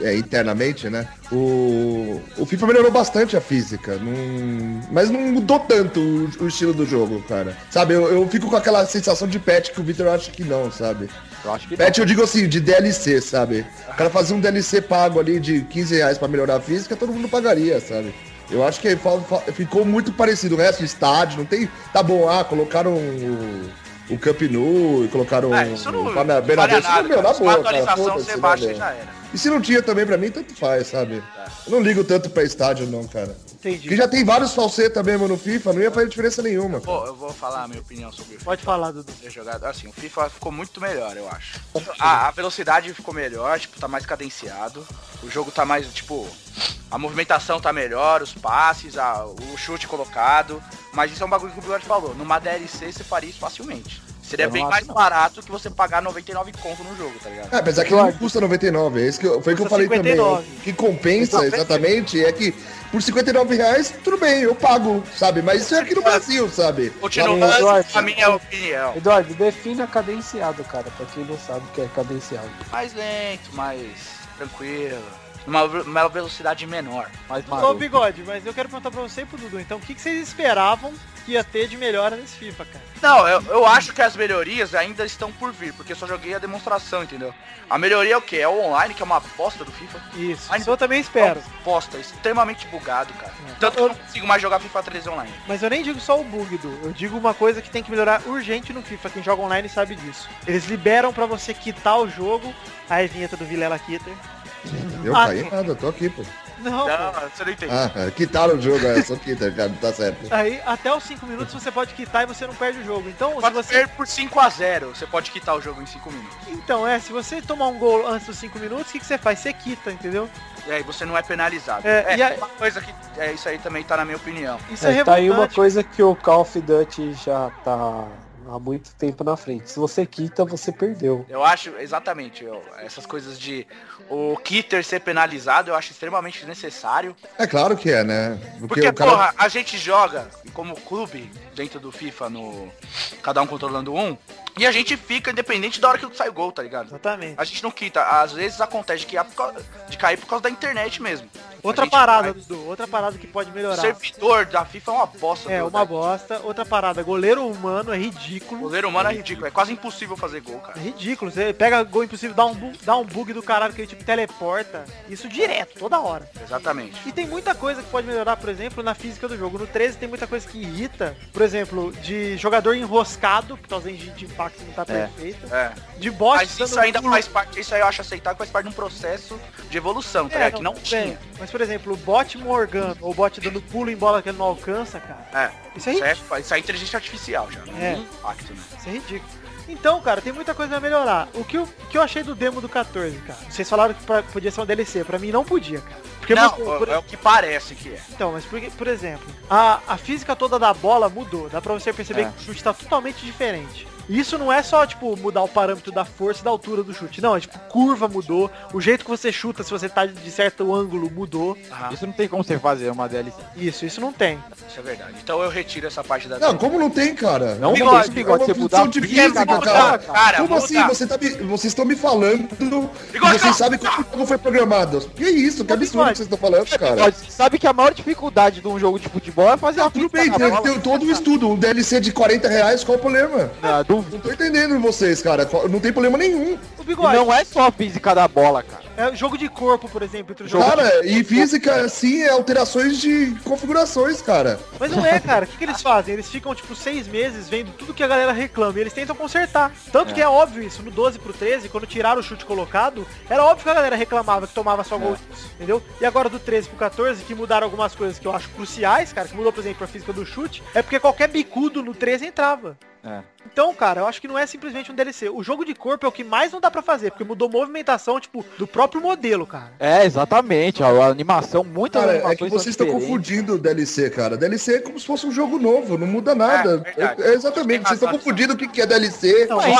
é, internamente, né? O, o FIFA melhorou bastante a física. Não, mas não mudou tanto o, o estilo do jogo, cara. Sabe, eu, eu fico com aquela sensação de patch que o Victor acha que não, sabe?
Eu acho que
Patch, eu digo assim, de DLC, sabe? O cara fazer um DLC pago ali de 15 reais pra melhorar a física, todo mundo pagaria, sabe? Eu acho que fa- fa- ficou muito parecido. O resto, estádio, não tem. Tá bom, ah, colocaram o, o Cup Nu e colocaram
É, isso não-
o Fana-
não
Bernabéu,
valia
isso não
nada,
meu, na
cara.
boa,
Uma
cara,
atualização,
foda-se,
você baixa
né,
e já
meu?
era.
E se não tinha também, pra mim, tanto faz, sabe? Eu não ligo tanto pra estádio, não, cara.
Entendi.
Porque já tem vários falseta mesmo no FIFA, não ia fazer diferença nenhuma.
Pô, eu vou falar a minha opinião sobre o FIFA.
Pode falar, Dudu.
Ter jogado. Assim, o FIFA ficou muito melhor, eu acho. Ah, A, a velocidade ficou melhor, tipo, tá mais cadenciado. O jogo tá mais, tipo, a movimentação tá melhor, os passes, a- o chute colocado. Mas isso é um bagulho que o Bigode falou. Numa DLC você faria isso facilmente. Seria
Eu não
bem
acho,
mais
não.
barato que você pagar 99 conto no jogo, tá ligado?
É, apesar que ele não custa 99, é isso que eu, foi o que eu
Custa
falei também.
59.
O que compensa exatamente é que por 59 reais, tudo bem, eu pago, sabe? Mas isso é aqui no Brasil, sabe?
Continuando
Lá no-
a minha opinião.
Eduardo, defina cadenciado, cara, pra quem não sabe o que é cadenciado.
Mais lento, mais tranquilo. Numa, numa velocidade menor. Mais
Ô, Bigode, mas eu quero perguntar pra você e pro Dudu, então, o que, que vocês esperavam que ia ter de melhora nesse FIFA, cara?
Não, eu, eu acho que as melhorias ainda estão por vir, porque eu só joguei a demonstração, entendeu? A melhoria é o quê? É o online, que é uma bosta do FIFA.
Isso,
Mas
eu também espero.
Bosta, extremamente bugado, cara.
É.
Tanto que eu não consigo mais jogar FIFA 13 online.
Mas eu nem digo só o bug, do. Eu digo uma coisa que tem que melhorar urgente no FIFA. Quem joga online sabe disso. Eles liberam pra você quitar o jogo. Aí vinheta do Vilela Kitter.
Eu
Ah,
caí nada, tô aqui, pô.
não
Não,
você não entendeu.
Ah, cara, quitaram o jogo, é, só quita, cara, não tá certo.
Aí até os 5 minutos você pode quitar e você não perde o jogo. Então, se você.
Perder por 5x0, você pode quitar o jogo em 5 minutos.
Então, é, se você tomar um gol antes dos 5 minutos, o que, que você faz? Você quita, entendeu?
E aí você não é penalizado.
É,
É,
e a-
uma coisa que. É, isso aí também tá na minha opinião.
Isso é,
tá aí uma
revoltante.
coisa que o Call of Duty já tá há muito tempo na frente. Se você quita, você perdeu.
Eu acho, exatamente, eu- essas coisas de o Kitter ser penalizado, eu acho extremamente desnecessário.
É claro que é, né?
Porque, porra, a gente joga como clube dentro do FIFA, no cada um controlando um, e a gente fica independente da hora que sai o gol, tá ligado?
Exatamente.
A gente não quita. Às vezes acontece de, que é por causa- de cair por causa da internet mesmo.
Outra parada, Dudu. Outra parada que pode
O
melhorar.
servidor da FIFA é uma bosta.
É,
viu,
uma
cara?
bosta. Outra parada, goleiro humano é ridículo.
Goleiro humano é ridículo, é quase impossível fazer gol, cara.
É ridículo, você pega gol impossível, dá um, bu- dá um bug do caralho que ele tipo teleporta. Isso direto, toda hora.
Exatamente.
E tem muita coisa que pode melhorar, por exemplo, na física do jogo. No 13 tem muita coisa que irrita. Por exemplo, de jogador enroscado, por causa de, de impacto não tá
É.
perfeito.
É.
De boss
Mas isso
dando
ainda
pulo.
faz parte, isso aí eu acho aceitável, faz parte de um processo de evolução, tá
É,
ligado? Que não
tudo
tinha.
bem. Mas, por exemplo, o bot morgano ou o bot dando pulo em bola que ele não alcança, cara.
É.
Isso aí-
é, isso é inteligência artificial já, não
É.
tem impacto, né?
Isso é ridículo. Então, cara, tem muita coisa a melhorar. O que eu, o que eu achei do demo do 14, cara? Vocês falaram que pra- podia ser um DLC. Pra mim, não podia, cara. Porque
não,
mudou, por-
é o que parece que é.
Então, mas por, por exemplo, a, a física toda da bola mudou. Dá pra você perceber
É.
que o chute tá totalmente diferente. E Isso não é só, tipo, mudar o parâmetro da força e da altura do chute. Não, é tipo, curva mudou. O jeito que você chuta, se você tá de certo ângulo, mudou.
Ah, Isso não tem como você fazer uma DLC.
Isso, isso não tem.
Isso é verdade. Então eu retiro essa parte da.
Não, como não tem, cara?
Não
tem
tem
isso,
bigode,
É uma
você
função
mudar
de
a
física,
física,
cara.
cara,
cara,
como
muda.
assim? Você tá me- vocês estão me falando que vocês sabem como o jogo foi programado. Que isso? Que absurdo que vocês estão falando, cara.
Você sabe que a maior dificuldade de um jogo de futebol é fazer a
Tudo bem, tem, tem todo um estudo. Um DLC de 40 reais, qual é o problema?
Não,
Não tô entendendo vocês, cara. Qual- Não tem problema nenhum.
O bigode.
Não é só a física da bola, cara.
É jogo de corpo, por exemplo, entre os
Cara, e física, sim, é alterações de configurações, cara.
Mas não é, cara. O que, que eles fazem? Eles ficam, tipo, seis meses vendo tudo que a galera reclama e eles tentam consertar. Tanto
É.
que é óbvio isso. No 12 pro 13, quando tiraram o chute colocado, era óbvio que a galera reclamava que tomava
É.
só gol. Entendeu? E agora do 13 pro 14, que mudaram algumas coisas que eu acho cruciais, cara, que mudou, por exemplo, a física do chute, é porque qualquer bicudo no 13 entrava.
É.
Então, cara, eu acho que não é simplesmente um DLC. O jogo de corpo é o que mais não dá pra fazer, porque mudou movimentação, tipo, do próprio modelo, cara.
É, exatamente. A, a animação, muitas
Cara, é
animações
que
são
vocês estão
diferentes.
confundindo o DLC, cara. DLC é como se fosse um jogo novo, não muda nada.
verdade.
É, é exatamente, vocês estão confundindo o que que é DLC.
Ué, então, ué, ué,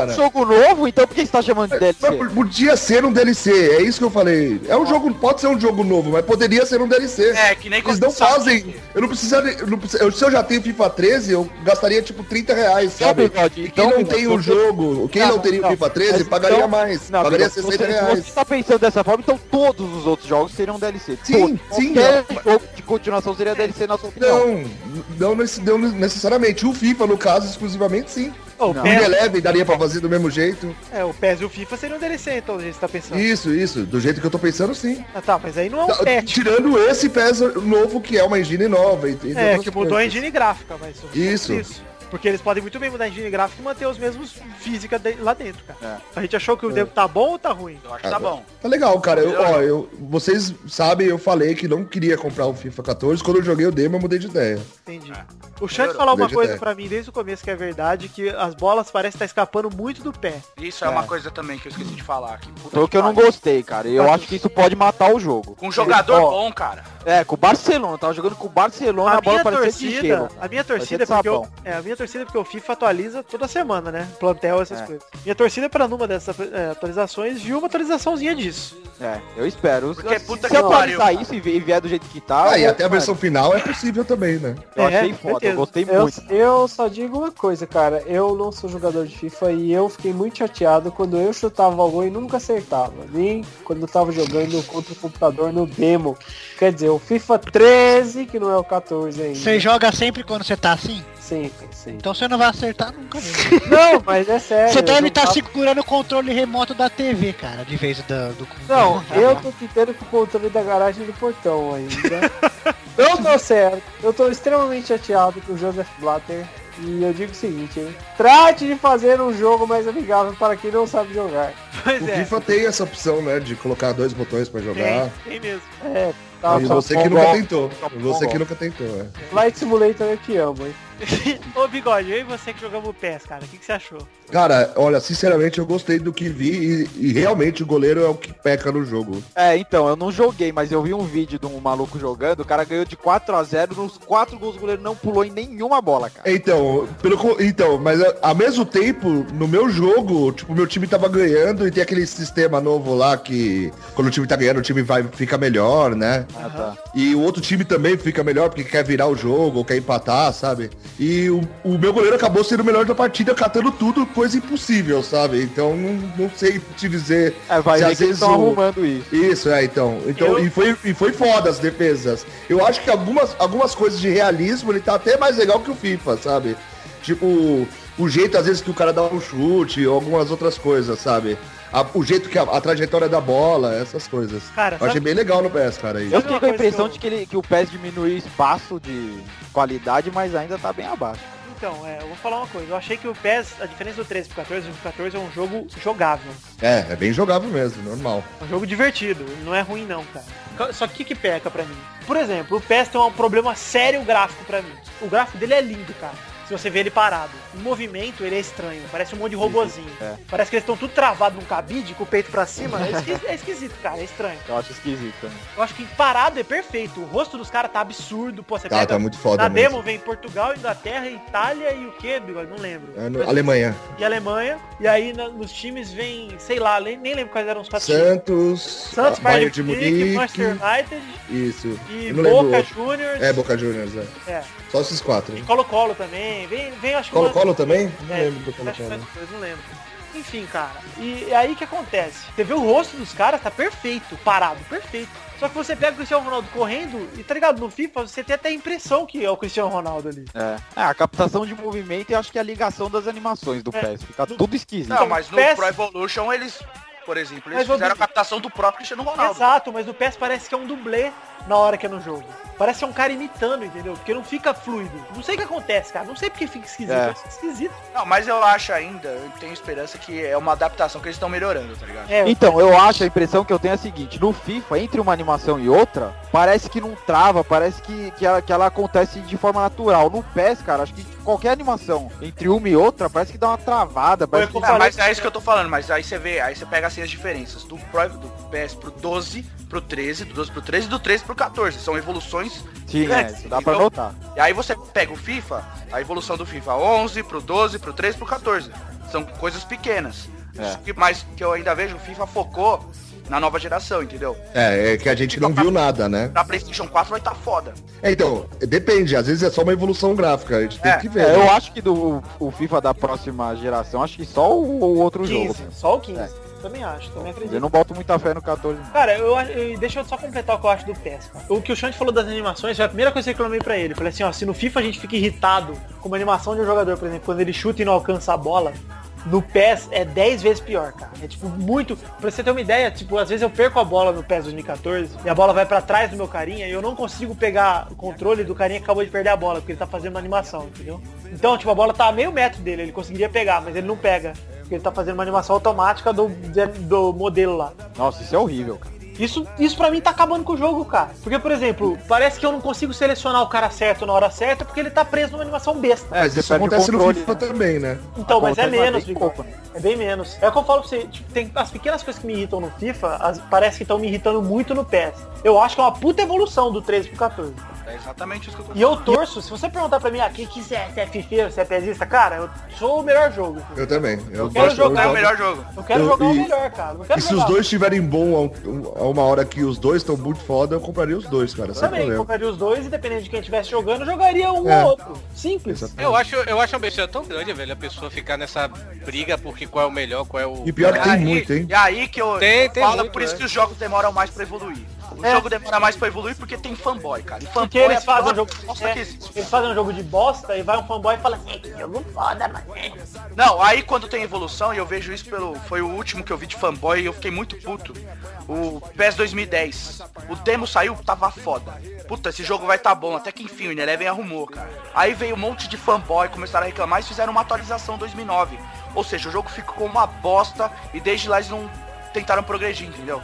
é um jogo novo, então por que você tá chamando de DLC?
Mas podia ser um DLC, é isso que eu falei. É um jogo, pode ser um jogo novo, mas poderia ser um DLC.
É, que nem
Eles não fazem. Eu não precisaria. eu não precisa- eu- se eu já tenho FIFA 13, eu gastaria tipo 30 reais, sabe?
Bigode,
E quem
então,
não
Bigode,
tem o
você-
jogo, quem não teria o FIFA 13,
Mas
pagaria
então-
mais.
Não,
Pagaria
Bigode,
60
você-
reais.
Se você tá pensando dessa forma, então todos os outros jogos seriam DLC.
Sim,
Todos.
sim,
Qualquer
não.
jogo de continuação seria DLC na sua opinião.
Não, não, nesse- não necessariamente. O FIFA, no caso, exclusivamente sim.
Oh,
o Eleven daria pra fazer do mesmo jeito.
É, o PES e o FIFA seriam DLC, então, a gente tá pensando.
Isso, isso. Do jeito que eu tô pensando, sim.
Ah, tá, mas aí não é um
Então,
Tá,
patch.
Tirando esse PES novo, que é uma engine nova. e- e
É,
outras
que mudou a
coisas.
engine gráfica, mas...
Isso.
Isso. Porque eles podem muito bem mudar a engine gráfica e manter os mesmos física de- lá dentro, cara.
É.
A gente achou que o demo tá bom ou tá ruim? Eu
acho
Ah,
Cara, Tá legal, cara. Eu, ó, eu, vocês sabem, eu falei que não queria comprar o FIFA 14. Quando eu joguei o demo, eu mudei de ideia.
Entendi.
É.
O Xande falou uma
Mudei de
coisa
ideia.
pra mim desde o começo que é verdade, que as bolas parecem estar escapando muito do pé.
Isso é, uma coisa também que eu esqueci de falar. Que puta
Foi o que eu não gostei, cara. Eu acho que isso pode matar o jogo.
Com um jogador
Ó,
bom, cara.
É, com o Barcelona. Tava jogando com o Barcelona, a,
A
Então, bola
minha
parecia de cheiro. tá
torcida, a minha torcida é
Parecia de
porque eu,
sabão.
é, a minha torcida é porque o FIFA atualiza toda semana, né? Plantel, essas
É.
coisas. Minha torcida é pra numa dessas é, atualizações viu uma atualizaçãozinha disso.
É, eu espero.
Porque
se
puta
se
que
atualizar
pariu, cara.
isso e vi- e vier do jeito que tá...
Ah, e
eu-
até a versão final é possível também, né?
Eu
É,
achei foda, eu gostei muito.
Eu só digo uma coisa, cara. Eu não sou jogador de FIFA e eu fiquei muito chateado quando eu chutava o gol e nunca acertava. Nem quando eu tava jogando contra o computador no demo. Quer dizer, o FIFA 13, que não é o 14 ainda.
Você joga sempre quando você tá assim?
Sempre, sempre.
Então você não vai acertar nunca mesmo.
Não, mas é sério.
Você
tá-
eu
deve
não
estar
faço-
segurando o controle remoto da TV, cara, de vez da- do...
Não, eu tô tentando com o controle da garagem do portão ainda. não deu certo. Eu tô extremamente chateado com o Joseph Blatter. E eu digo o seguinte, hein? Trate de fazer um jogo mais amigável para quem não sabe jogar.
o FIFA tem essa opção, né? De colocar dois botões pra jogar.
é. Tem mesmo.
É, tá.
e
tá
você
bom,
que nunca
bom.
tentou. E você
bom.
que nunca tentou, é.
Flight Simulator eu te amo, hein?
Ô Bigode, eu e você que jogamos o PES, cara, o que, que você achou?
Cara, olha, sinceramente eu gostei do que vi e, e realmente o goleiro é o que peca no jogo.
É, então, eu não joguei, mas eu vi um vídeo de um maluco jogando, o cara ganhou de 4 a 0 nos 4 gols o goleiro não pulou em nenhuma bola, cara.
Então, pelo, co- então, mas a- ao mesmo tempo, no meu jogo, tipo, meu time tava ganhando e tem aquele sistema novo lá que quando o time tá ganhando, o time vai, fica melhor, né?
Ah, tá.
E o outro time também fica melhor porque quer virar o jogo, ou quer empatar, sabe? E o, o meu goleiro acabou sendo o melhor da partida, catando tudo, coisa impossível, sabe? Então não, não sei te dizer.
É, vai ver que eles tão arrumando
isso. Isso, é, então. então
Eu-
e, foi, e foi foda as defesas. Eu acho que algumas, algumas coisas de realismo ele tá até mais legal que o FIFA, sabe? Tipo, o jeito às vezes que o cara dá um chute, ou algumas outras coisas, sabe? A- o jeito que a, a trajetória da bola, essas coisas.
Cara,
eu
sabe-
achei bem legal no PS, cara. isso.
Eu fiquei com a impressão de que, ele, que o PES diminuiu espaço de qualidade, mas ainda tá bem abaixo.
Então, é, eu vou falar uma coisa. Eu achei que o PES, a diferença do 13 pro 14, o 14 é um jogo jogável.
É, é bem jogável mesmo, normal.
É um jogo divertido, ele não é ruim não, cara. Só que o que peca pra mim? Por exemplo, o PES tem um problema sério gráfico pra mim. O gráfico dele é lindo, cara. Se você vê ele parado. O movimento, ele é estranho. Parece um monte de robozinho.
É.
Parece que eles estão tudo travado num cabide, com o peito pra cima. É, esqui- é esquisito, cara. É estranho.
Eu acho esquisito, né?
Eu acho que parado é perfeito. O rosto dos caras tá absurdo. Pô, você
Tá,
pega...
tá muito foda
Na
mesmo.
demo vem Portugal, Inglaterra, Itália e o quê, Bigode? Não lembro.
É no- Alemanha.
E Alemanha. E aí na- nos times vem, sei lá, nem, nem lembro quais eram os quatro times.
Santos,
Santos,
Bayern
Bayern
de
de
Munique,
Munique, Manchester United.
Isso.
E
Eu não lembro
Boca
o outro.
Juniors.
É, Boca Juniors, é.
É.
Só esses quatro.
Colo-Colo também. Vem, vem acho que...
Colo-Colo também? Não
É,
lembro do
acho que
Colo-Colo.
essas coisas, não lembro. Enfim, cara. E aí o que acontece? Você vê o rosto dos caras, tá perfeito, parado, perfeito. Só que você pega o Cristiano Ronaldo correndo e tá ligado? No FIFA você tem até a impressão que é o Cristiano Ronaldo ali.
É. É, a captação de movimento e acho que a ligação das animações do PES. Fica Tá tudo esquisito.
Então,
Não, mas no
PES
Pro Evolution eles, por exemplo, eles
Mas, ô,
fizeram a
Dudu-
captação do próprio Cristiano Ronaldo.
Exato, mas no PES parece que é um dublê na hora que é no jogo. Parece que é um cara imitando, entendeu? Porque não fica fluido. Não sei o que acontece, cara. Não sei porque fica esquisito.
É.
Eu acho esquisito.
Não, mas eu acho ainda, eu tenho esperança que é uma adaptação que eles estão melhorando, tá
É,
ligado?
Então, eu acho, a impressão que eu tenho é a seguinte, no FIFA, entre uma animação e outra, parece que não trava, parece que, que, ela, que ela acontece de forma natural. No PES, cara, acho que qualquer animação entre uma e outra, parece que dá uma travada. Parece que...
Ah, mas é isso que eu tô falando, mas aí você vê, aí você pega assim as diferenças do, Pro, do PS pro 12, pro 13, do 12 pro 13 e do 13 pro 14. São evoluções.
Sim, é,
grandes,
isso dá pra
então,
entendeu?
notar.
E aí você pega o FIFA, a evolução do FIFA 11 pro 12, pro 13 pro 14. São coisas pequenas.
É.
Que- Mas que eu ainda vejo, o FIFA focou na nova geração, entendeu?
É, é que a gente não viu nada, né?
Na PlayStation 4 vai tá foda.
É, então, depende, às vezes é só uma evolução gráfica, a gente tem que ver.
É,
né?
eu acho que do o FIFA da próxima geração, acho que só o, o outro
15,
jogo. É.
só o 15. Também acho, também acredito.
Eu não boto muita fé no 14. não.
Cara, eu, acho- eu- deixa eu só completar o que eu acho do PES. cara. O que o Xande falou das animações foi a primeira coisa que eu reclamei pra ele. Eu Falei assim, ó, se no FIFA a gente fica irritado com uma animação de um jogador, por exemplo, quando ele chuta e não alcança a bola, no PES é 10 vezes pior, cara. É tipo muito. Pra você ter uma ideia, tipo, às vezes eu perco a bola no PES 2014 e a bola vai pra trás do meu carinha e eu não consigo pegar o controle do carinha que acabou de perder a bola, porque ele tá fazendo uma animação, entendeu? Então, tipo, a bola tá a meio metro dele, ele conseguiria pegar, mas ele não pega. Porque ele tá fazendo uma animação automática do, do modelo lá.
Nossa, isso é horrível, cara.
Isso, isso pra mim tá acabando com o jogo, cara. Porque, por exemplo, parece que eu não consigo selecionar o cara certo na hora certa porque ele tá preso numa animação besta.
É, mas isso acontece no FIFA também, né?
Então, mas é
Acontece,
menos,
bem
Vigor. É bem menos. É o que eu falo pra você, tipo, tem as pequenas coisas que me irritam no FIFA, as- parece que estão me irritando muito no PES. Eu acho que é uma puta evolução do 13 pro 14.
É exatamente isso que eu tô
E eu torço, se você perguntar pra mim, ah, quem quiser, se é FIFA, se é PESista, cara, eu sou o melhor jogo.
Eu também. Eu,
Eu quero
gosto-
jogar
eu
o melhor
É jogo.
Eu quero
Eu-
jogar o
e-
melhor, cara. Não quero
E se os
jogar
dois estiverem bom a, um- a uma hora que os dois estão muito foda, eu compraria os dois, cara.
Eu
Sem
também
é problema.
compraria os dois e dependendo de quem estivesse jogando, eu jogaria um
É.
ou outro. Simples.
Eu acho, eu acho uma besteira tão grande, velho, a pessoa ficar nessa briga porque qual é o melhor, qual é o.
E pior que tem muito, hein?
E É aí que eu
Tem- tem
falo,
muito,
por isso
é.
que os jogos demoram mais pra evoluir. O jogo demora mais pra evoluir porque tem fanboy, cara. E fanboy
É. Porque eles
é a
fazem, um
pior
jogo,
bosta
é,
que existe.
eles fazem um jogo de bosta e vai um fanboy e fala assim, "É, que jogo foda, mano.
Não, aí quando tem evolução, e eu vejo isso pelo. Foi o último que eu vi de fanboy e eu fiquei muito puto. O PES 2010. O demo saiu, tava foda. Puta, esse jogo vai tá bom, até que enfim, o Ineleven arrumou, cara. Aí veio um monte de fanboy, começaram a reclamar e fizeram uma atualização 2009. Ou seja, o jogo ficou uma bosta e desde lá eles não tentaram progredir, entendeu?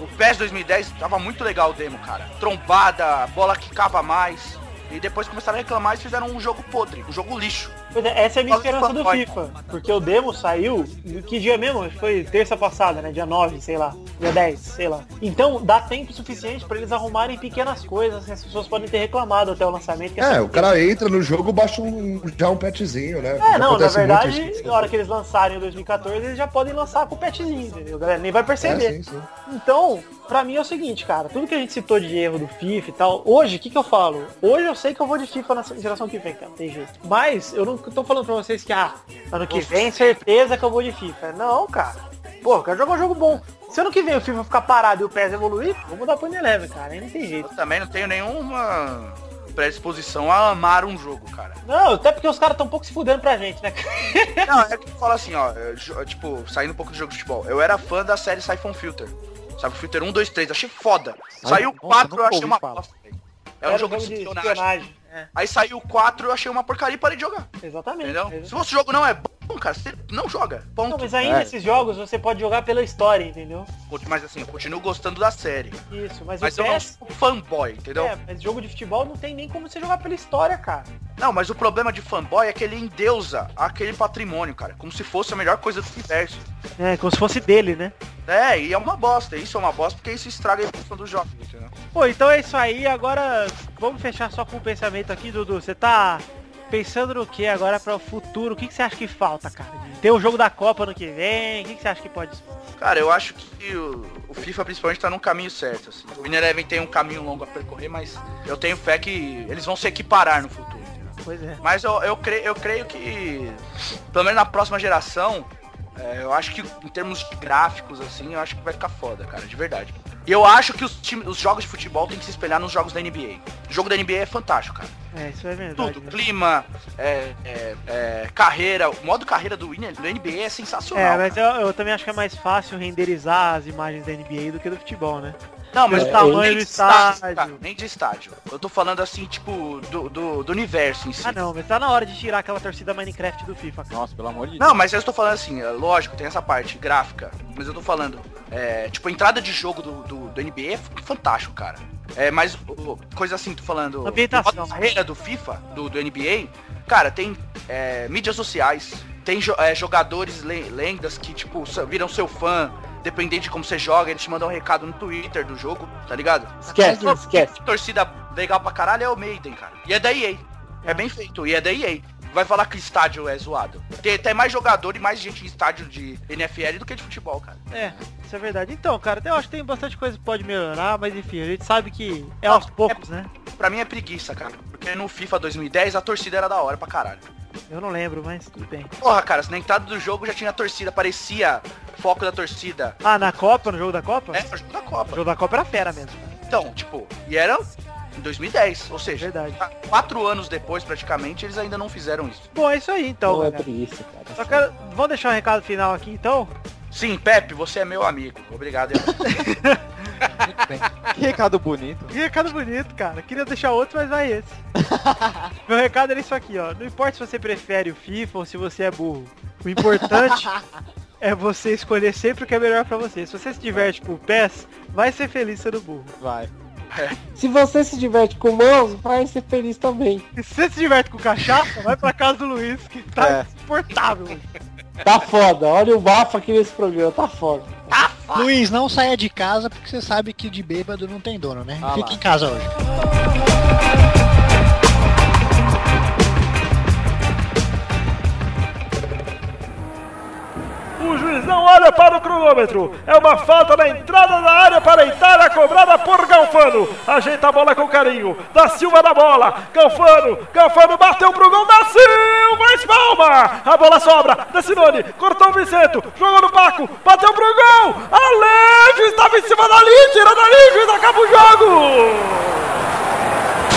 O PES 2010 tava muito legal o demo, cara. Trombada, bola quicava mais. E depois começaram a reclamar e fizeram um jogo podre, um jogo lixo.
Pois é, essa é a minha
Fala
esperança do
fanboy.
FIFA. Porque o demo saiu, que dia mesmo? Acho que Foi terça passada, né? Dia 9, sei lá. Dia 10, sei lá. Então dá tempo suficiente pra eles arrumarem pequenas coisas que as pessoas podem ter reclamado até o lançamento. que
É,
essa-
o cara entra no jogo, baixa um, já um petzinho, né?
É,
Já
não, na
acontece muito
verdade,
isso. né?
na hora que eles lançarem em 2014, eles já podem lançar com o patchzinho, entendeu? A galera nem vai perceber.
É, sim, sim.
Então, pra mim é o seguinte, cara, tudo que a gente citou de erro do FIFA e tal, hoje, o que, que eu falo? Hoje eu sei que eu vou de FIFA na geração que vem, cara, não tem jeito. Mas eu não tô falando pra vocês que, ah, ano que vem, certeza que eu vou de FIFA. Não, cara. Pô, eu quero jogar um jogo bom. Se ano que vem o FIFA ficar parado e o PES evoluir, vou mudar pro Ineleven, cara, aí não tem jeito.
Eu também não tenho nenhuma predisposição a amar um jogo, cara.
Não, até porque os caras tão um pouco se fudendo pra gente, né, cara?
Não, é que eu falo assim, ó, eu jo- tipo, saindo um pouco do jogo de futebol, eu era fã da série Siphon Filter. Siphon Filter 1, 2, 3, achei foda. Saiu o 4,
nossa,
eu
nunca
achei
ouvi
uma
falar.
bosta. velho. É
Era
um jogo de espionagem. É. Aí saiu o 4, eu achei uma porcaria e parei de jogar.
É, Exatamente.
Entendeu? Se o jogo não é bom, cara, você não joga. Ponto.
Uhum.
É.
Não, mas ainda esses jogos você pode jogar pela história, entendeu?
Mas assim, eu continuo gostando da série.
Isso, mas,
Mas
o
eu não
PES...
sou fanboy, entendeu?
É, mas jogo de futebol não tem nem como você jogar pela história, cara.
Não, mas o problema de fanboy é que ele endeusa aquele patrimônio, cara. Como se fosse a melhor coisa do universo.
É, como se fosse dele, né?
É, e é uma bosta. Isso é uma bosta porque isso estraga a evolução do jogo, entendeu?
Pô, então é isso aí. Agora vamos fechar só com um pensamento aqui, Dudu. Você tá pensando no que agora para o futuro? O que, que você acha que falta, cara? Tem o jogo da Copa ano que vem? O que, que você acha que pode...
Cara, eu acho que o, o FIFA principalmente tá num caminho certo, assim. O Winner Eleven tem um caminho longo a percorrer, mas eu tenho fé que eles vão se equiparar no futuro.
Pois é.
Mas eu, eu, cre- eu creio que, pelo menos na próxima geração, é, eu acho que em termos de gráficos, assim, eu acho que vai ficar foda, cara, de verdade. E eu acho que os, time- os jogos de futebol têm que se espelhar nos jogos da NBA. O jogo da NBA é fantástico, cara.
É, isso é verdade.
Tudo, clima, é, é, é, carreira, o modo carreira do, Winner- do NBA é sensacional.
É, mas eu, eu também acho que é mais fácil renderizar as imagens da NBA do que do futebol, né?
Não, mas
o tamanho do
de
estádio.
cara, nem de estádio. Eu tô falando assim, tipo, do, do, do universo em si.
Ah não, mas tá na hora de tirar aquela torcida Minecraft do FIFA. Cara. Nossa, pelo amor de
Não, mas eu estou falando assim, é, lógico, tem essa parte gráfica, mas eu tô falando, é, tipo, a entrada de jogo do, do, do NBA é f- fantástico, cara. É, mas o- coisa assim, tô falando.
Ambientação.
do modo carreira do FIFA, do, do NBA, cara, tem é, mídias sociais, tem jo- é, jogadores le- lendas que, tipo, so- viram seu fã. Dependente de como você joga, eles te mandam um recado no Twitter do jogo, tá ligado?
Esquece,
Pô,
esquece.
que torcida legal pra caralho é o Maiden, cara. E é da EA. É bem feito. E é da EA. Vai falar que estádio é zoado. Tem, tem mais jogador e mais gente em estádio de NFL do que de futebol, cara.
É, isso é verdade. Então, cara, eu acho que tem bastante coisa que pode melhorar, mas enfim, a gente sabe que é aos poucos, né?
Pra mim é preguiça, cara. Porque no FIFA 2010 a torcida era da hora pra caralho.
Eu não lembro, mas tudo bem.
Porra, cara, na entrada do jogo já tinha a torcida, parecia foco da torcida.
Ah, na Copa, no jogo da Copa?
É, no jogo da Copa.
O jogo da Copa era fera mesmo.
Então, tipo, e era em 2010, ou seja, quatro anos depois praticamente eles ainda não fizeram isso.
Bom, é isso aí então.
Não é
galera. Só quero... Vamos deixar um recado final aqui então?
Sim, Pepe, você é meu amigo. Obrigado.
Que recado bonito.
Que recado bonito, cara. Queria deixar outro, mas vai esse. Meu recado
é
era isso aqui, ó. Não importa se você prefere o FIFA ou se você é burro. O importante é você escolher sempre o que é melhor pra você. Se você se diverte com o PES, vai ser feliz sendo burro.
Vai.
Se você se diverte com o mouse, vai ser feliz também.
E se você se diverte com cachaça, vai pra casa do Luiz, que tá
É.
insuportável.
Tá foda, olha o bafo aqui nesse programa, tá foda.
Luiz, não saia de casa porque você sabe que de bêbado não tem dono, né?
Ah
Fica
lá.
em casa hoje.
O juizão olha para o cronômetro. É uma falta na entrada da área para a Itália, cobrada por Galfano. Ajeita a bola com carinho. Da Silva na bola. Galfano, Galfano bateu pro gol da Silva. Espalma. A bola sobra. Dessinone. Cortou o Vicento. Jogou no Paco. Bateu pro gol. Alejo estava em cima da linha. Tira da linha. Juiz acaba o jogo.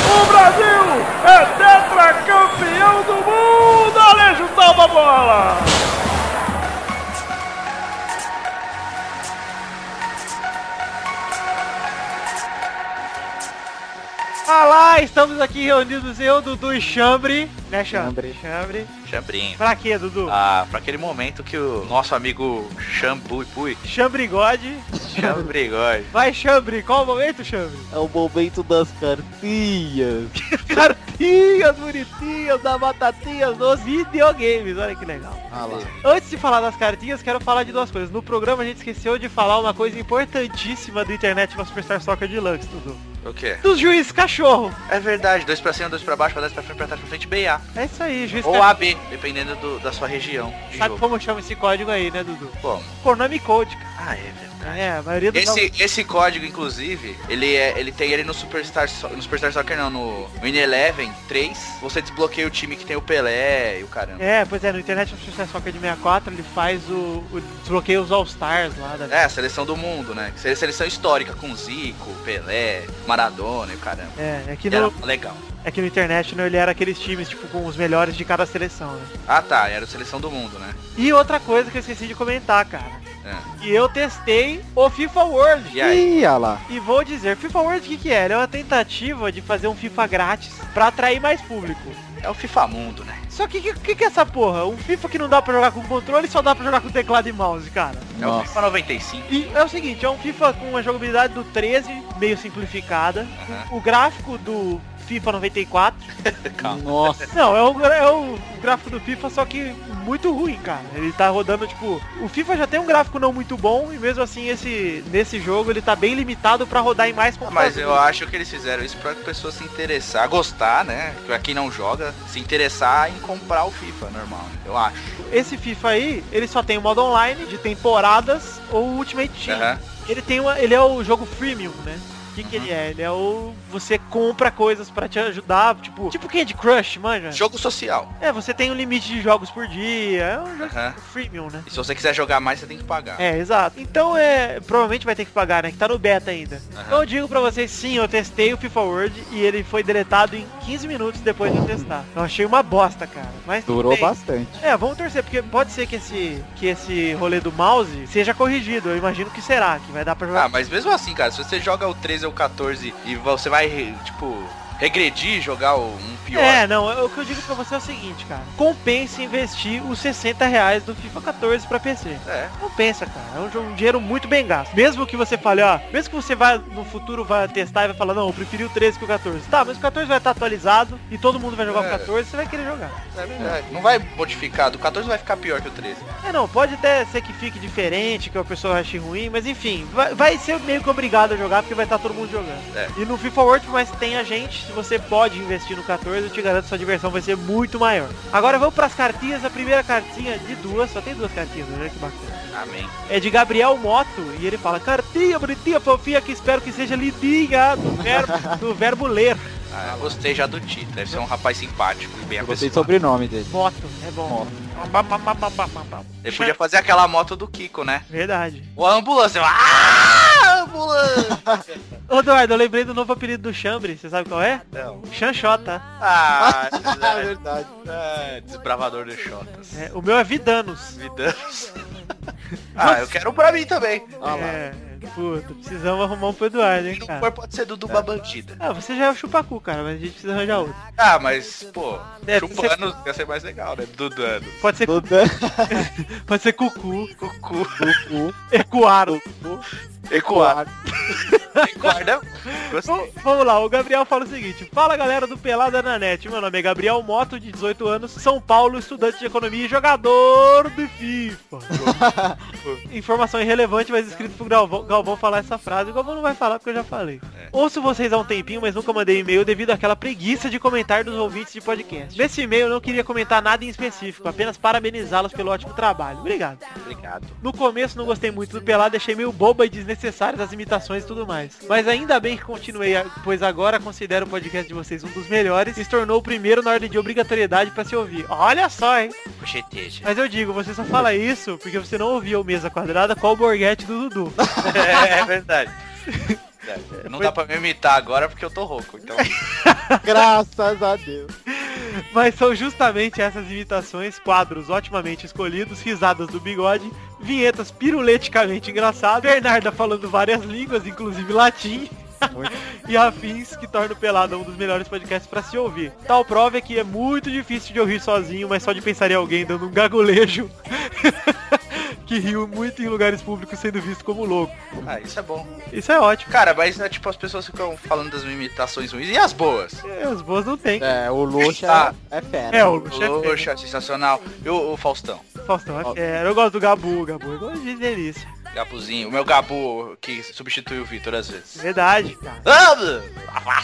O Brasil é tetracampeão do mundo. Alejo salva a bola.
Olá, Ah estamos aqui reunidos eu, Dudu e Chambre. Né, Chambre? Chambre.
Chambrinho.
Pra quê, Dudu?
Ah, pra aquele momento que o nosso amigo Xambui Pui,
Chambrigode.
Xambrigói,
Vai, Chambre. Qual o momento, Chambre?
É o momento das cartinhas.
Cartinhas bonitinhas da batatinhas dos videogames. Olha que legal.
Ah lá.
Antes de falar das cartinhas, quero falar de duas coisas. No programa a gente esqueceu de falar uma coisa importantíssima do Internet no Superstar Soccer Deluxe, Dudu.
o quê?
Do juiz cachorro.
É verdade, dois pra cima, dois pra baixo, pra trás, pra frente, pra trás, pra frente, BA.
É isso aí, juiz
Ou
cachorro.
AB, dependendo do- da sua região de
Sabe
jogo.
como chama esse código aí, né, Dudu?
Como?
Konami Code, cara.
Ah, é verdade.
É, a maioria dos
Esse, esse código, inclusive, ele é, ele tem ele no Superstar, So- no Superstar Soccer não, no Win Eleven 3, você desbloqueia o time que tem o Pelé e o caramba.
É, pois é, no Internet of Success Soccer de 64 ele faz o, o desbloqueia os All-Stars lá da...
É, a seleção do mundo, né? Seria seleção histórica com Zico, Pelé, Maradona e o caramba.
É, é que
Era
no,
legal.
é que no Internet né, ele era aqueles times, tipo, com os melhores de cada seleção, né?
Ah tá, era a seleção do mundo, né?
E outra coisa que eu esqueci de comentar, cara.
É.
E eu testei o FIFA World.
E aí?
Ih, olha lá.
E vou dizer, FIFA World o que, que é? Ele é uma tentativa de fazer um FIFA grátis pra atrair mais público.
É o FIFA Mundo, né?
Só que o que, que que é essa porra? Um FIFA que não dá pra jogar com controle, só dá pra jogar com teclado e mouse, cara.
É o FIFA 95.
E é o seguinte, é um FIFA com uma jogabilidade do 13, meio simplificada.
Aham.
O gráfico do FIFA 94.
Calma.
Nossa.
Não, é o, é o gráfico do FIFA, só que muito ruim, cara. Ele tá rodando, tipo... O FIFA já tem um gráfico não muito bom, e mesmo assim, esse, nesse jogo, ele tá bem limitado pra rodar em mais computadores.
Ah, Mas eu acho que eles fizeram isso pra pessoa se interessar, gostar, né? Pra quem não joga, se interessar em comprar o FIFA normal, né? eu acho.
Esse FIFA aí, ele só tem o modo online, de temporadas, ou Ultimate Team.
Aham.
Ele tem uma, ele é o jogo freemium, né? O que, que
Uhum.
ele é? Ele é o. Você compra coisas pra te ajudar, tipo. Tipo Candy Crush, manja.
Jogo social.
É, você tem um limite de jogos por dia. É um jogo
Aham.
freemium, né?
E se você quiser jogar mais, você tem que pagar.
É, exato. Então é. Provavelmente vai ter que pagar, né? Que tá no beta ainda.
Aham.
Então eu digo pra vocês, sim, eu testei o FIFA World e ele foi deletado em 15 minutos depois de eu testar. Eu achei uma bosta, cara. Mas tudo
Durou
bem.
bastante.
É, vamos torcer, porque pode ser que esse, que esse rolê do mouse seja corrigido. Eu imagino que será, que vai dar pra jogar.
Ah, mas mesmo assim, cara, se você joga o 13 ou o 14 e você vai, tipo, regredir e jogar o- um pior.
É, não, eu- o que eu digo pra você é o seguinte, cara. Compensa investir os 60 reais do FIFA 14 pra PC.
É.
Compensa, cara. É um, jo- um dinheiro muito bem gasto. Mesmo que você fale, ó, mesmo que você vá no futuro, vá testar e vai falar, não, eu preferi o 13 que o 14. Tá, mas o 14 vai estar atualizado e todo mundo vai jogar
É.
o 14, você vai querer jogar.
É verdade. Não vai modificar, do 14 vai ficar pior que o 13.
É, não, pode até ser que fique diferente, que a pessoa ache ruim, mas enfim, vai, vai ser meio que obrigado a jogar, porque vai estar todo mundo jogando.
É.
E no FIFA World, por mais que tenha gente, se você pode investir no 14, eu te garanto que sua diversão vai ser muito maior. Agora vamos pras cartinhas, a primeira cartinha de duas, só tem duas cartinhas, né? Que bacana.
Amém.
É de Gabriel Moto, e ele fala, cartinha bonitinha, fofinha, que espero que seja lidinha, do verbo, do verbo ler.
Ah, eu gostei já do título. Deve ser um rapaz simpático e bem
Eu gostei do
apessoado.
sobrenome dele.
Moto, é bom. Bam, bam, bam, bam, bam, bam.
Ele podia fazer aquela moto do Kiko, né?
Verdade.
O ambulância. Ah, ambulância.
Ô, Eduardo, eu lembrei do novo apelido do Chambre, você sabe qual é?
Não.
Chanchota.
Ah,
É
é-
verdade.
é, desbravador de shotas.
É, o meu é Vidanos.
Me dando. Ah, eu quero pra mim também.
Ah lá.
É, Puta, precisamos arrumar um pro Eduardo, hein, cara.
Mas pode ser Dudu é. Bandida.
Ah, você já é o chupacu, cara, mas a gente precisa arranjar outro. É,
Ah, mas, pô, chupando ia ser mais legal, né? Dudando.
Pode ser Dudando. pode ser cucu.
Cucu.
Cucu. Ecoaro. Cucu.
Ecoar. Ecoar, né? Gostei.
Vamos lá, o Gabriel fala o seguinte. Fala, galera do Pelada na Net. Meu nome é Gabriel Moto, de 18 anos, São Paulo, estudante de economia e jogador do FIFA. Informação irrelevante, mas escrito pro Galvão, Galvão falar essa frase. O Galvão não vai falar porque eu já falei. É. Ouço vocês há um tempinho, mas nunca mandei e-mail devido àquela preguiça de comentar dos ouvintes de podcast. Nesse e-mail eu não queria comentar nada em específico, apenas parabenizá-los pelo ótimo trabalho. Obrigado.
Obrigado.
No começo não gostei muito do Pelada, achei meio boba e desnecessárias as imitações e tudo mais. Mas ainda bem que continuei, pois agora considero o podcast de vocês um dos melhores e se tornou o primeiro na ordem de obrigatoriedade para se ouvir. Olha só, hein?
Puxeteja.
Mas eu digo, você só fala isso porque você não ouviu o Mesa Quadrada com o Borghetti do Dudu.
é, é verdade. É, não Foi... dá pra me imitar agora porque eu tô rouco, então.
Graças a Deus. Mas são justamente essas imitações, quadros otimamente escolhidos, risadas do bigode, vinhetas piruleticamente engraçadas, Bernarda falando várias línguas, inclusive latim. e afins que torna o Pelada um dos melhores podcasts para se ouvir. Tal prova é que é muito difícil de ouvir sozinho, mas só de pensar em alguém dando um gagolejo que riu muito em lugares públicos sendo visto como louco.
Ah, isso é bom.
Isso é ótimo.
Cara, mas é, tipo, as pessoas ficam falando das imitações ruins. E as boas?
É, as boas não tem.
É, o Luxa ah, é fera.
É, o Luxa, o
Luxa é, fera. é sensacional. E o, o Faustão?
Faustão é Ó. fera. Eu gosto do Gabu, Gabu. Eu gosto de delícia.
Gabuzinho. O meu Gabu que substitui o Vitor às vezes.
Verdade, cara. Ah,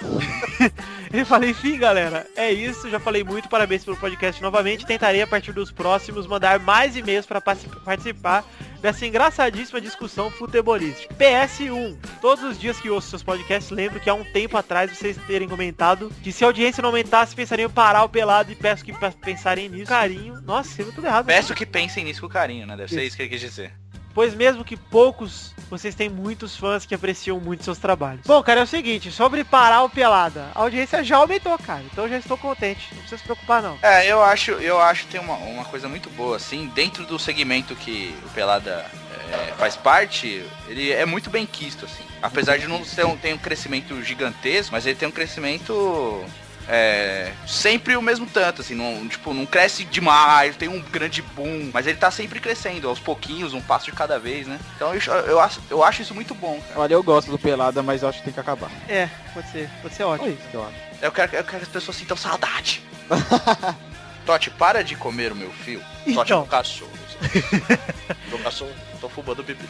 eu falei, enfim, galera, é isso. Já falei muito, parabéns pelo podcast novamente. Tentarei a partir dos próximos mandar mais e-mails para participar dessa engraçadíssima discussão futebolística. PS1. Todos os dias que ouço seus podcasts, lembro que há um tempo atrás vocês terem comentado que se a audiência não aumentasse, pensariam em parar o pelado e peço que pensarem nisso. Carinho. Nossa, escreveu tudo errado.
Peço cara. que pensem nisso com carinho, né? Deve isso. ser isso que ele quis dizer
pois mesmo que poucos, vocês têm muitos fãs que apreciam muito seus trabalhos. Bom, cara, é o seguinte, sobre parar o Pelada, a audiência já aumentou, cara, então já estou contente, não precisa se preocupar não.
É, eu acho, eu acho que tem uma, uma coisa muito boa, assim, dentro do segmento que o Pelada é, faz parte, ele é muito bem quisto, assim. Apesar de não ser um, ter um crescimento gigantesco, mas ele tem um crescimento é, sempre o mesmo tanto, assim, não, tipo, não cresce demais, tem um grande boom, mas ele tá sempre crescendo, aos pouquinhos, um passo de cada vez, né? Então eu, eu, acho, eu acho isso muito bom, cara.
Olha, eu gosto do Pelada, mas eu acho que tem que acabar. É
É, pode ser, pode ser ótimo.
eu acho.
Eu quero, eu quero que as pessoas sintam saudade. Tote, para de comer o meu fio. Então. Tote é um cachorro. meu cachorro, um, tô fumando bebida.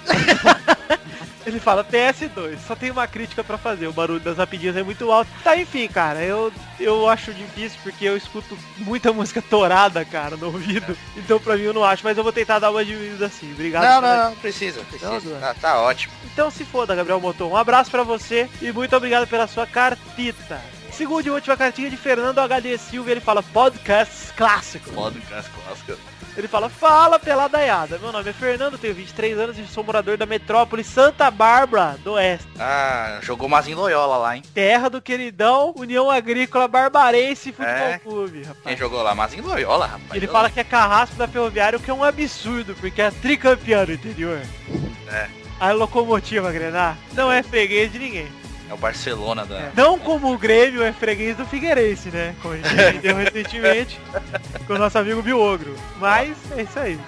Ele fala PS2, só tem uma crítica para fazer, o barulho das rapidinhas é muito alto. Tá, enfim, cara, eu, eu acho difícil porque eu escuto muita música torada, cara, no ouvido. É. Então pra mim eu não acho, mas eu vou tentar dar uma diminuída assim. Obrigado.
Não, não, não, não, precisa, precisa. Não, tá, tá, ótimo.
Então se foda, Gabriel Motor. Um abraço para você e muito obrigado pela sua cartita. Segunda e última cartinha de Fernando HD Silva, ele fala podcasts clássicos.
Podcasts clássicos.
Ele fala, fala peladaiada. Meu nome é Fernando, tenho 23 anos e sou morador da metrópole Santa Bárbara do Oeste.
Ah, jogou mais em Loyola lá, hein?
Terra do queridão União Agrícola Barbarense Futebol é. Clube, rapaz.
Quem jogou lá mais em Loyola, rapaz.
Ele fala que é carrasco da ferroviária, o que é um absurdo, porque é tricampeão do interior.
É.
A locomotiva Grenar não é freguês de ninguém.
É o Barcelona da. É.
Não como o Grêmio é freguês do Figueirense, né? Como a gente aprendeu recentemente com o nosso amigo Biogro. Mas é isso aí.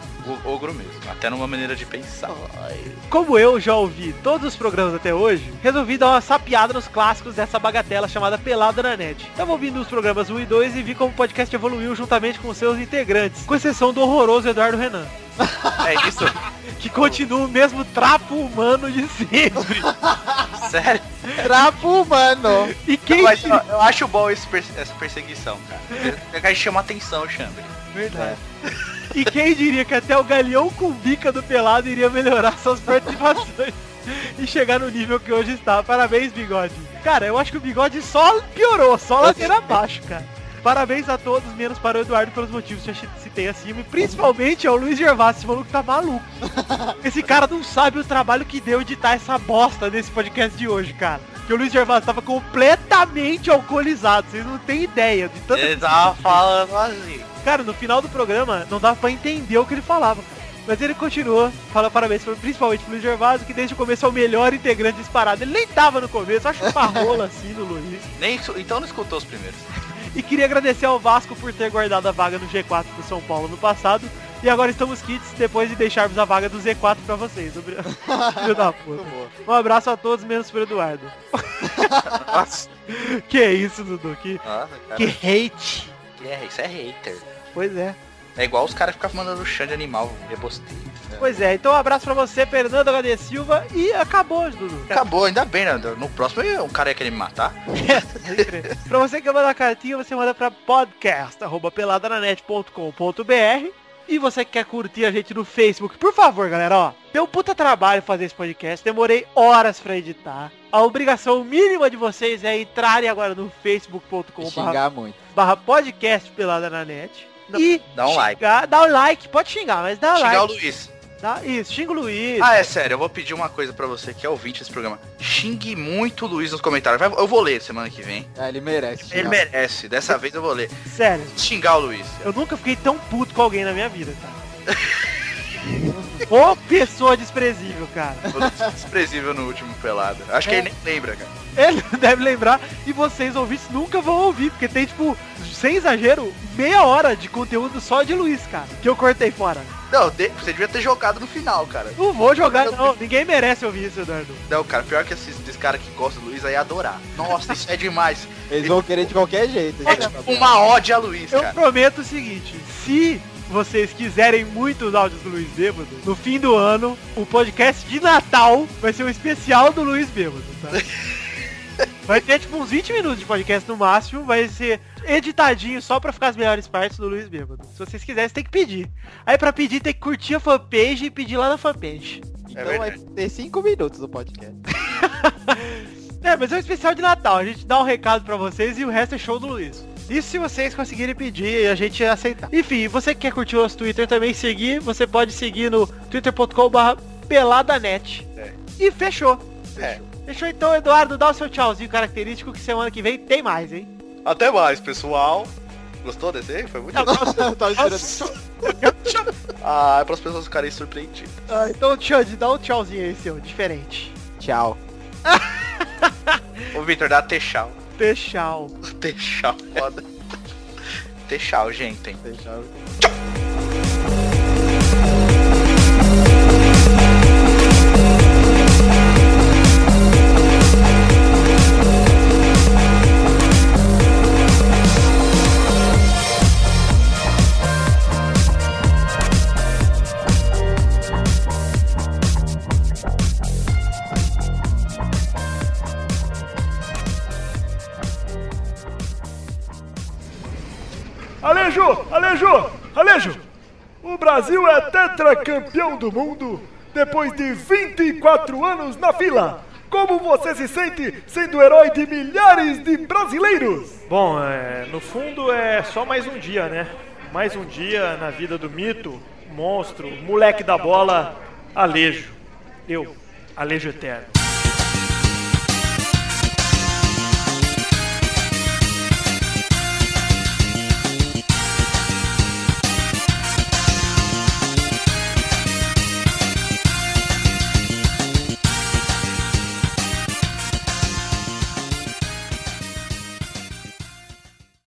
O ogro mesmo, até numa maneira de pensar. Ai.
Como eu já ouvi todos os programas até hoje, resolvi dar uma sapiada nos clássicos dessa bagatela chamada Pelada na Net. Tava ouvindo os programas 1 e 2 e vi como o podcast evoluiu juntamente com seus integrantes, com exceção do horroroso Eduardo Renan.
É isso.
que continua o mesmo trapo humano de sempre.
Sério?
Tá
Trapo humano.
E quem... Mas, ó, eu, acho bom perse essa perseguição, cara. É Eu, eu chama atenção, Chambre.
Verdade. É. E quem diria que até o galeão com bica do pelado iria melhorar suas participações e chegar no nível que hoje está. Parabéns, bigode. Cara, eu acho que o bigode só piorou, só ladeira abaixo, cara. Parabéns a todos, menos para o Eduardo pelos motivos que eu citei acima, e principalmente ao Luiz Gervásio, esse maluco tá maluco. Esse cara não sabe o trabalho que deu editar essa bosta nesse podcast de hoje, cara. Que o Luiz Gervásio tava completamente alcoolizado, vocês não têm ideia de tanto.
Ele tava falando assim
cara, no final do programa não dava para entender o que ele falava. Cara. Mas ele continua, fala parabéns pro- principalmente pro Luiz Gervásio, que desde o começo é o melhor integrante disparado. Ele nem tava no começo, acho uma rola assim no Luiz.
Nem, su- então não escutou os primeiros.
E queria agradecer ao Vasco por ter guardado a vaga no G4 do São Paulo no passado. E agora estamos kits depois de deixarmos a vaga do Z4 pra vocês. Obri- Filho da puta. Um abraço a todos, menos pro Eduardo. que isso, Dudu? Que,
Nossa, Ah, cara.
que hate.
Que é, isso é hater.
Pois é.
É igual os caras ficarem mandando chão de animal, é rebostei.
Pois é, então um abraço pra você, Fernando HD Silva, e acabou, Dudu.
Acabou, ainda bem, né? No próximo é um cara ia querer me matar.
pra você que manda cartinha, você manda pra podcast.peladananet.com.br e você que quer curtir a gente no Facebook, por favor, galera, ó. Deu um puta trabalho fazer esse podcast, demorei horas pra editar. A obrigação mínima de vocês é entrarem agora no facebook.com
Xingar muito.
barra podcast pelada na net. E
Dá um like.
like. Dá um like, pode xingar, mas dá um
Xingar o
Ah, like.
Luiz.
Dá, isso, xinga o Luiz.
Ah, é sério, eu vou pedir uma coisa pra você que é ouvinte desse programa. Xingue muito o Luiz nos comentários. Vai- eu vou ler semana que vem.
Ah,
É, ele merece.
Ele
xingar.
merece, dessa vez eu vou ler.
Sério,
Xingar o Luiz.
eu nunca fiquei tão puto com alguém na minha vida, cara. Ô pessoa desprezível, cara.
Eu tô desprezível no último pelado. Acho que
É.
ele nem lembra, cara.
Ele deve lembrar e vocês ouvintes nunca vão ouvir, porque tem tipo, sem exagero, meia hora de conteúdo só de Luiz, cara, que eu cortei fora.
Não, de- você devia ter jogado no final, cara.
Não vou jogar não, ninguém merece ouvir isso, Eduardo.
Não, cara, pior que esses, esses caras que gostam do Luiz aí adorar. Nossa, isso é demais.
Eles vão querer de qualquer jeito.
É
gente.
tipo uma ode a Luiz,
Eu
cara.
prometo o seguinte, se vocês quiserem muitos áudios do Luiz Bêbado, no fim do ano, o podcast de Natal vai ser um especial do Luiz Bêbado, tá? Vai ter tipo uns 20 minutos de podcast no máximo, vai ser editadinho só pra ficar as melhores partes do Luiz Bêbado. Se vocês quiserem, tem que pedir. Aí pra pedir tem que curtir a fanpage e pedir lá na fanpage.
Então vai ter cinco minutos do podcast.
É, mas é um especial de Natal, a gente dá um recado pra vocês e o resto é show do Luiz. Isso se vocês conseguirem pedir e a gente aceitar. Enfim, você que quer curtir o nosso Twitter também seguir, você pode seguir no twitter.com peladanet.
É.
E fechou.
É.
Fechou então, Eduardo, dá o seu tchauzinho característico que semana que vem tem mais, hein?
Até mais, pessoal. Gostou desse aí? Foi muito bom.
Tava esperando.
Ah, é para as pessoas ficarem surpreendidas.
Ah, então, Xande, dá um tchauzinho aí seu, diferente.
Tchau.
Ô, Victor, dá texal.
Fechal.
Texal, foda. Texal, gente. hein?
Tchau.
Alejo, Alejo, Alejo! O Brasil é tetracampeão do mundo depois de 24 anos na fila. Como você se sente sendo herói de milhares de brasileiros?
Bom, é, no fundo é só mais um dia, né? Mais um dia na vida do mito, monstro, moleque da bola, Alejo. Eu, Alejo Eterno.